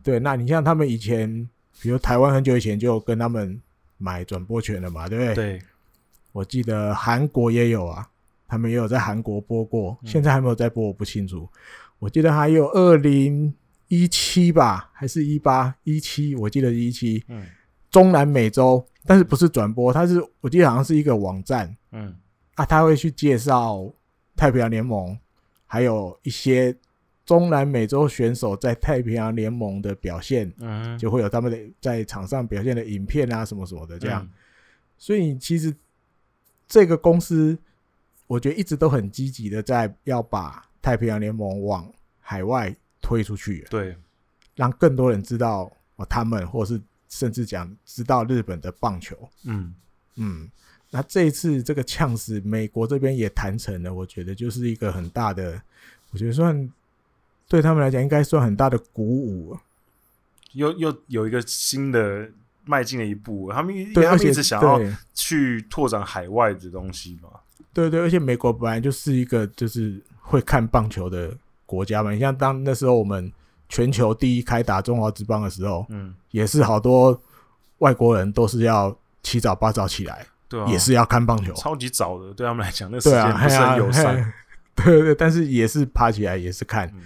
对，那你像他们以前，比如台湾很久以前就跟他们买转播权了嘛，对不对？对，我记得韩国也有啊，他们也有在韩国播过，嗯现在还没有在播，我不清楚。我记得还有二零一七吧，还是一八一七，我记得一七嗯中南美洲，但是不是转播，它是我记得好像是一个网站嗯啊，它会去介绍太平洋联盟，还有一些中南美洲选手在太平洋联盟的表现。嗯哼，就会有他们的在场上表现的影片啊，什么什么的这样。嗯，所以其实这个公司，我觉得一直都很积极的在要把太平洋联盟往海外推出去，对，让更多人知道哦，他们或是甚至讲知道日本的棒球。嗯嗯，那这一次这个呛死美国这边也谈成了，我觉得就是一个很大的，我觉得算对他们来讲应该算很大的鼓舞。啊又又有一个新的迈进了一步，他们因为对，他而们且一直想要对去拓展海外的东西嘛，对对，而且美国本来就是一个就是会看棒球的国家嘛。你像当那时候我们全球第一开打中华职棒的时候，嗯，也是好多外国人都是要七早八早起来，对啊，也是要看棒球。超级早的，对他们来讲，那时对间啊，不是嘿啊很友善嘿。对对，但是也是爬起来，也是看。嗯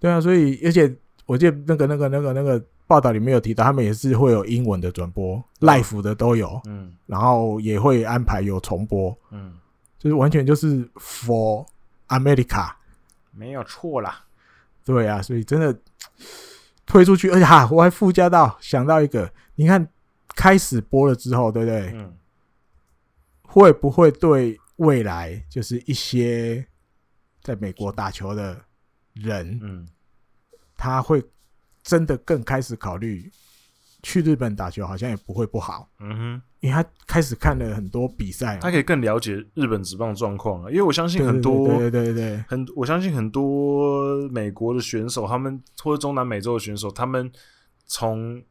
对啊，所以而且我记得那个那个那个那个报道里面有提到，他们也是会有英文的转播，live 的都有，嗯然后也会安排有重播，嗯，就是完全就是 for America。没有错啦。对啊，所以真的推出去，而且哈、我还附加到想到一个，你看开始播了之后，对不对？嗯，会不会对未来就是一些在美国打球的人，嗯，他会真的更开始考虑去日本打球，好像也不会不好，嗯因为他开始看了很多比赛哼，嘛，他可以更了解日本职棒的状况了，啊因为我相信对很多对对对对对很，我相信很多美国的选手，他们或者中南美洲的选手，他们从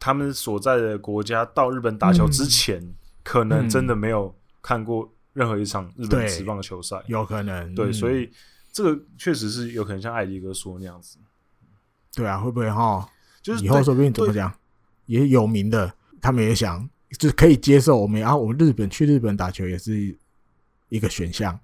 他们所在的国家到日本打球嗯之前，可能嗯真的没有看过任何一场日本对职棒的球赛。有可能对，嗯所以这个确实是有可能像艾迪哥说的那样子，对啊，会不会哈？就是以后对说不定怎么讲，也有名的，他们也想就是可以接受我们，啊然、后我们日本去日本打球也是一个选项。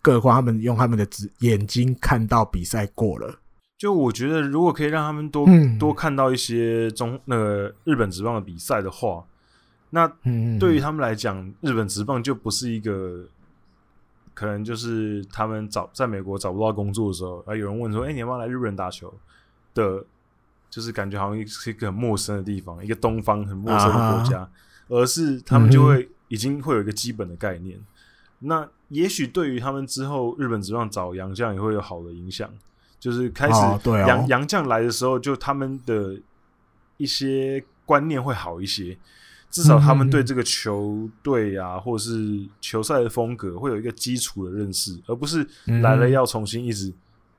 更何况他们用他们的眼眼睛看到比赛过了，就我觉得，如果可以让他们多、嗯多看到一些中那个日本职棒的比赛的话，那嗯，嗯对于他们来讲，日本职棒就不是一个，可能就是他们找在美国找不到工作的时候，啊，有人问说：“哎、你要不要来日本打球？”的，就是感觉好像是一个很陌生的地方，一个东方很陌生的国家，啊而是他嗯们就会、已经会有一个基本的概念。那也许对于他们之后日本职棒找洋将也会有好的影响，就是开始哦对哦洋、洋将来的时候，就他们的一些观念会好一些，至少嗯他们对这个球队啊，或是球赛的风格会有一个基础的认识，而不是来了要重新一直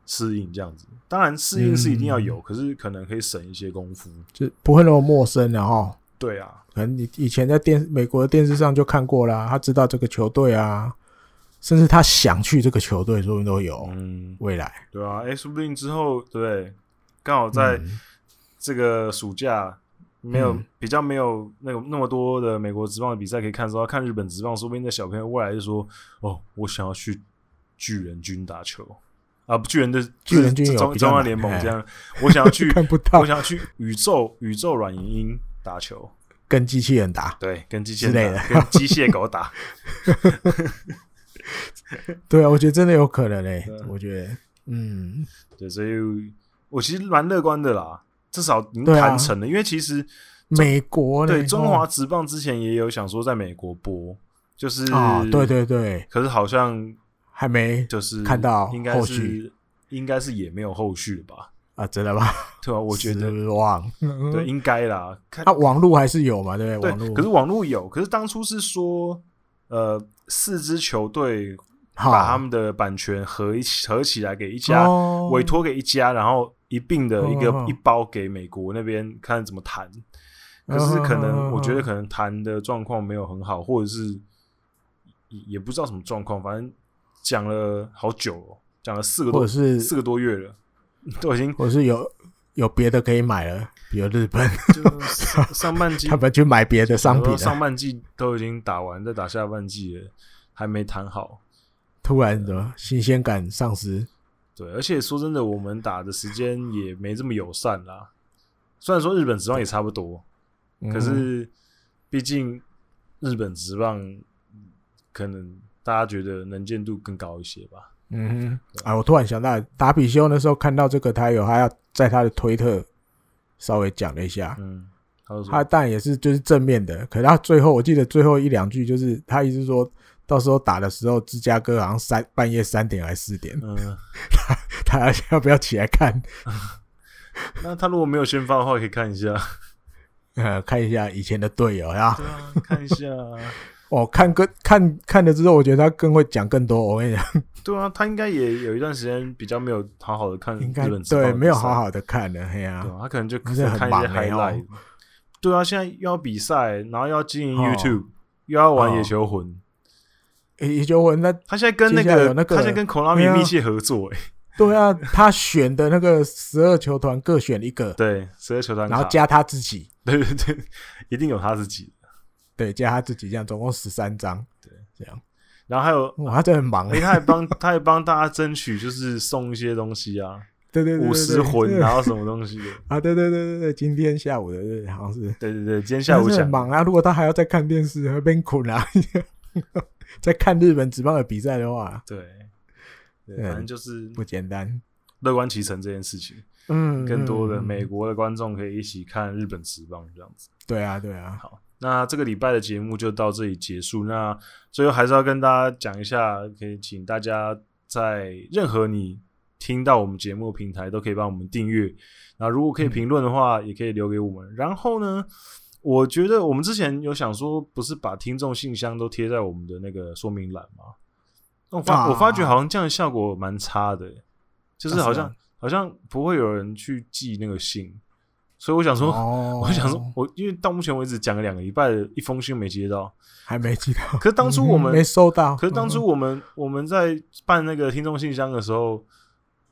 适应这样子。当然，适应是一定要有，可是可能可以省一些功夫。就不会那么陌生了哈。对啊，可能你以前在电美国的电视上就看过啦，他知道这个球队啊，甚至他想去这个球队，说不定都有嗯，未来。对啊，哎，说不定之后对不对，刚好在嗯这个暑假。没有嗯比较没有那个那么多的美国职棒的比赛可以看的时候，看日本职棒，说不定那小朋友未来就说：“哦，我想要去巨人军打球啊，不巨人的巨人军有中比较中央难联盟哎这样，我想要 去看不到我想要去宇宙宇宙软银鹰打球，跟机器人打，对，跟机之械类打跟机械狗打，对啊，我觉得真的有可能诶、对啊我觉得，嗯，对，所以我其实蛮乐观的啦，至少已经对啊谈成了，因为其实美国呢对中华哦职棒之前也有想说在美国播，就是啊，对，对对，可是好像还没就是看到应该后是续应该是也没有后续了吧？啊，真的吧？对啊，我觉得失望。对，应该啦，看那、网络还是有嘛，对不对？对网络，可是网络有，可是当初是说呃四支球队好把他们的版权合一起合起来给一家、哦委托给一家，然后一并的一个、嗯嗯嗯一包给美国那边看怎么谈。可是嗯可能、我觉得可能谈的状况没有很好，或者是也也不知道什么状况，反正讲了好久、哦，讲了四个或者多是四个多月了， 都已经我是有有别的可以买了，比如日 本，就上上半 季他们去买别的商品啊我说上了。半季都已经打完，再打下半季了，还没谈好。突然的新鲜感丧失，对，而且说真的，我们打的时间也没这么友善啦。虽然说日本职棒也差不多，可嗯是毕竟日本职棒可能大家觉得能见度更高一些吧。嗯哼，啊，我突然想到达比修那时候看到这个，他有他要在他的推特稍微讲了一下，嗯，他就他说，当然也是就是正面的，可是他最后我记得最后一两句就是他意思说到时候打的时候，芝加哥好像三半夜三点还是四点，嗯、他要不要起来看？ 那他如果没有先发的话，可以看一下，呃，看一下以前的队友呀。对啊，看一下啊。哦，看更看看了之后，我觉得他更会讲更多。我跟你讲，对啊，他应该也有一段时间比较没有好好的看应嗯日该本职棒的对比没有赛好好的看了，嘿呀、对啊，他可能就可是很看一忙些欸哦 highlight。对啊，现在又要比赛，然后要经营哦 YouTube，、又要玩哦野球魂。也也就我那他现在跟那接下来个，有那个他现在跟对 Konami 啊密切合作、欸，对啊，他选的那个十二球团各选一个，对，十二球团卡，然后加他自己， 对对对，一定有他自己。对，加他自己，这样总共十三张。对，这样，然后还有，哇，他真的很忙啊哎、。他还帮他还帮大家争取，就是送一些东西啊，对对对，对五十魂，对然后什么东西的。啊，对对对对对，今天下午的对好像是对对对，今天下真午的是讲很，忙啊。如果他还要再看电视，会被困啊。 在看日本职棒的比赛的话，对，对，嗯反正就是不简单。乐观其成这件事情。嗯，更多的嗯嗯美国的观众可以一起看日本职棒这样子。对啊，对啊，好，那这个礼拜的节目就到这里结束。那最后还是要跟大家讲一下，可以请大家在任何你听到我们节目的平台都可以帮我们订阅。那如果嗯可以评论的话，也可以留给我们。然后呢，我觉得我们之前有想说，不是把听众信箱都贴在我们的那个说明栏吗？那我发、啊我发觉好像这样的效果蛮差的、欸就是好像、啊是好像不会有人去寄那个信，所以我想说，哦我想说，我因为到目前为止讲了两个礼拜的一封信没接到，还没寄到。可是当初我们，嗯没收到，可是当初我们、我们在办那个听众信箱的时候，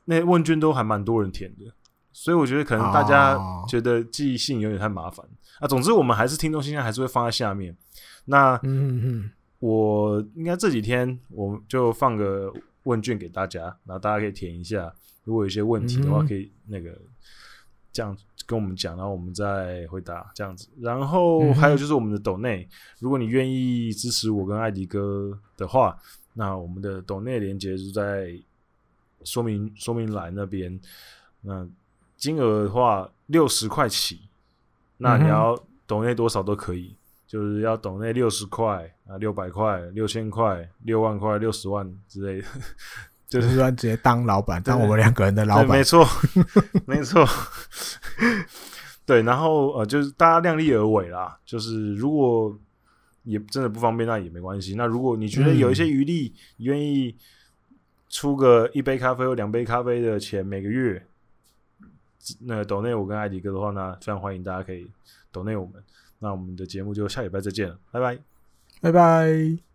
那问卷都还蛮多人填的，所以我觉得可能大家哦觉得寄信有点太麻烦、啊。总之，我们还是听众信箱还是会放在下面。那嗯，嗯嗯我应该这几天我们就放个问卷给大家，然后大家可以填一下，如果有一些问题的话，嗯可以那个这样跟我们讲，然后我们再回答这样子。然后还有就是我们的抖内，如果你愿意支持我跟艾迪哥的话，那我们的抖内连接就在说明说明栏那边。那金额的话，六十块起，那你要抖内多少都可以，就是要抖内六十块啊、六百块、六千块、六万块、六十万之类的。就对是说直接当老板，当我们两个人的老对，板没。错， 没错。 对，然后呃，就是大家量力而为啦。就是如果也真的不方便，那也没关系。那如果你觉得有嗯一些余力，你愿意出个一杯咖啡或两杯咖啡的钱每个月，那个抖内我跟艾迪哥的话呢，非常欢迎大家可以抖内我们。那我们的节目就下礼拜再见了，拜拜。拜拜。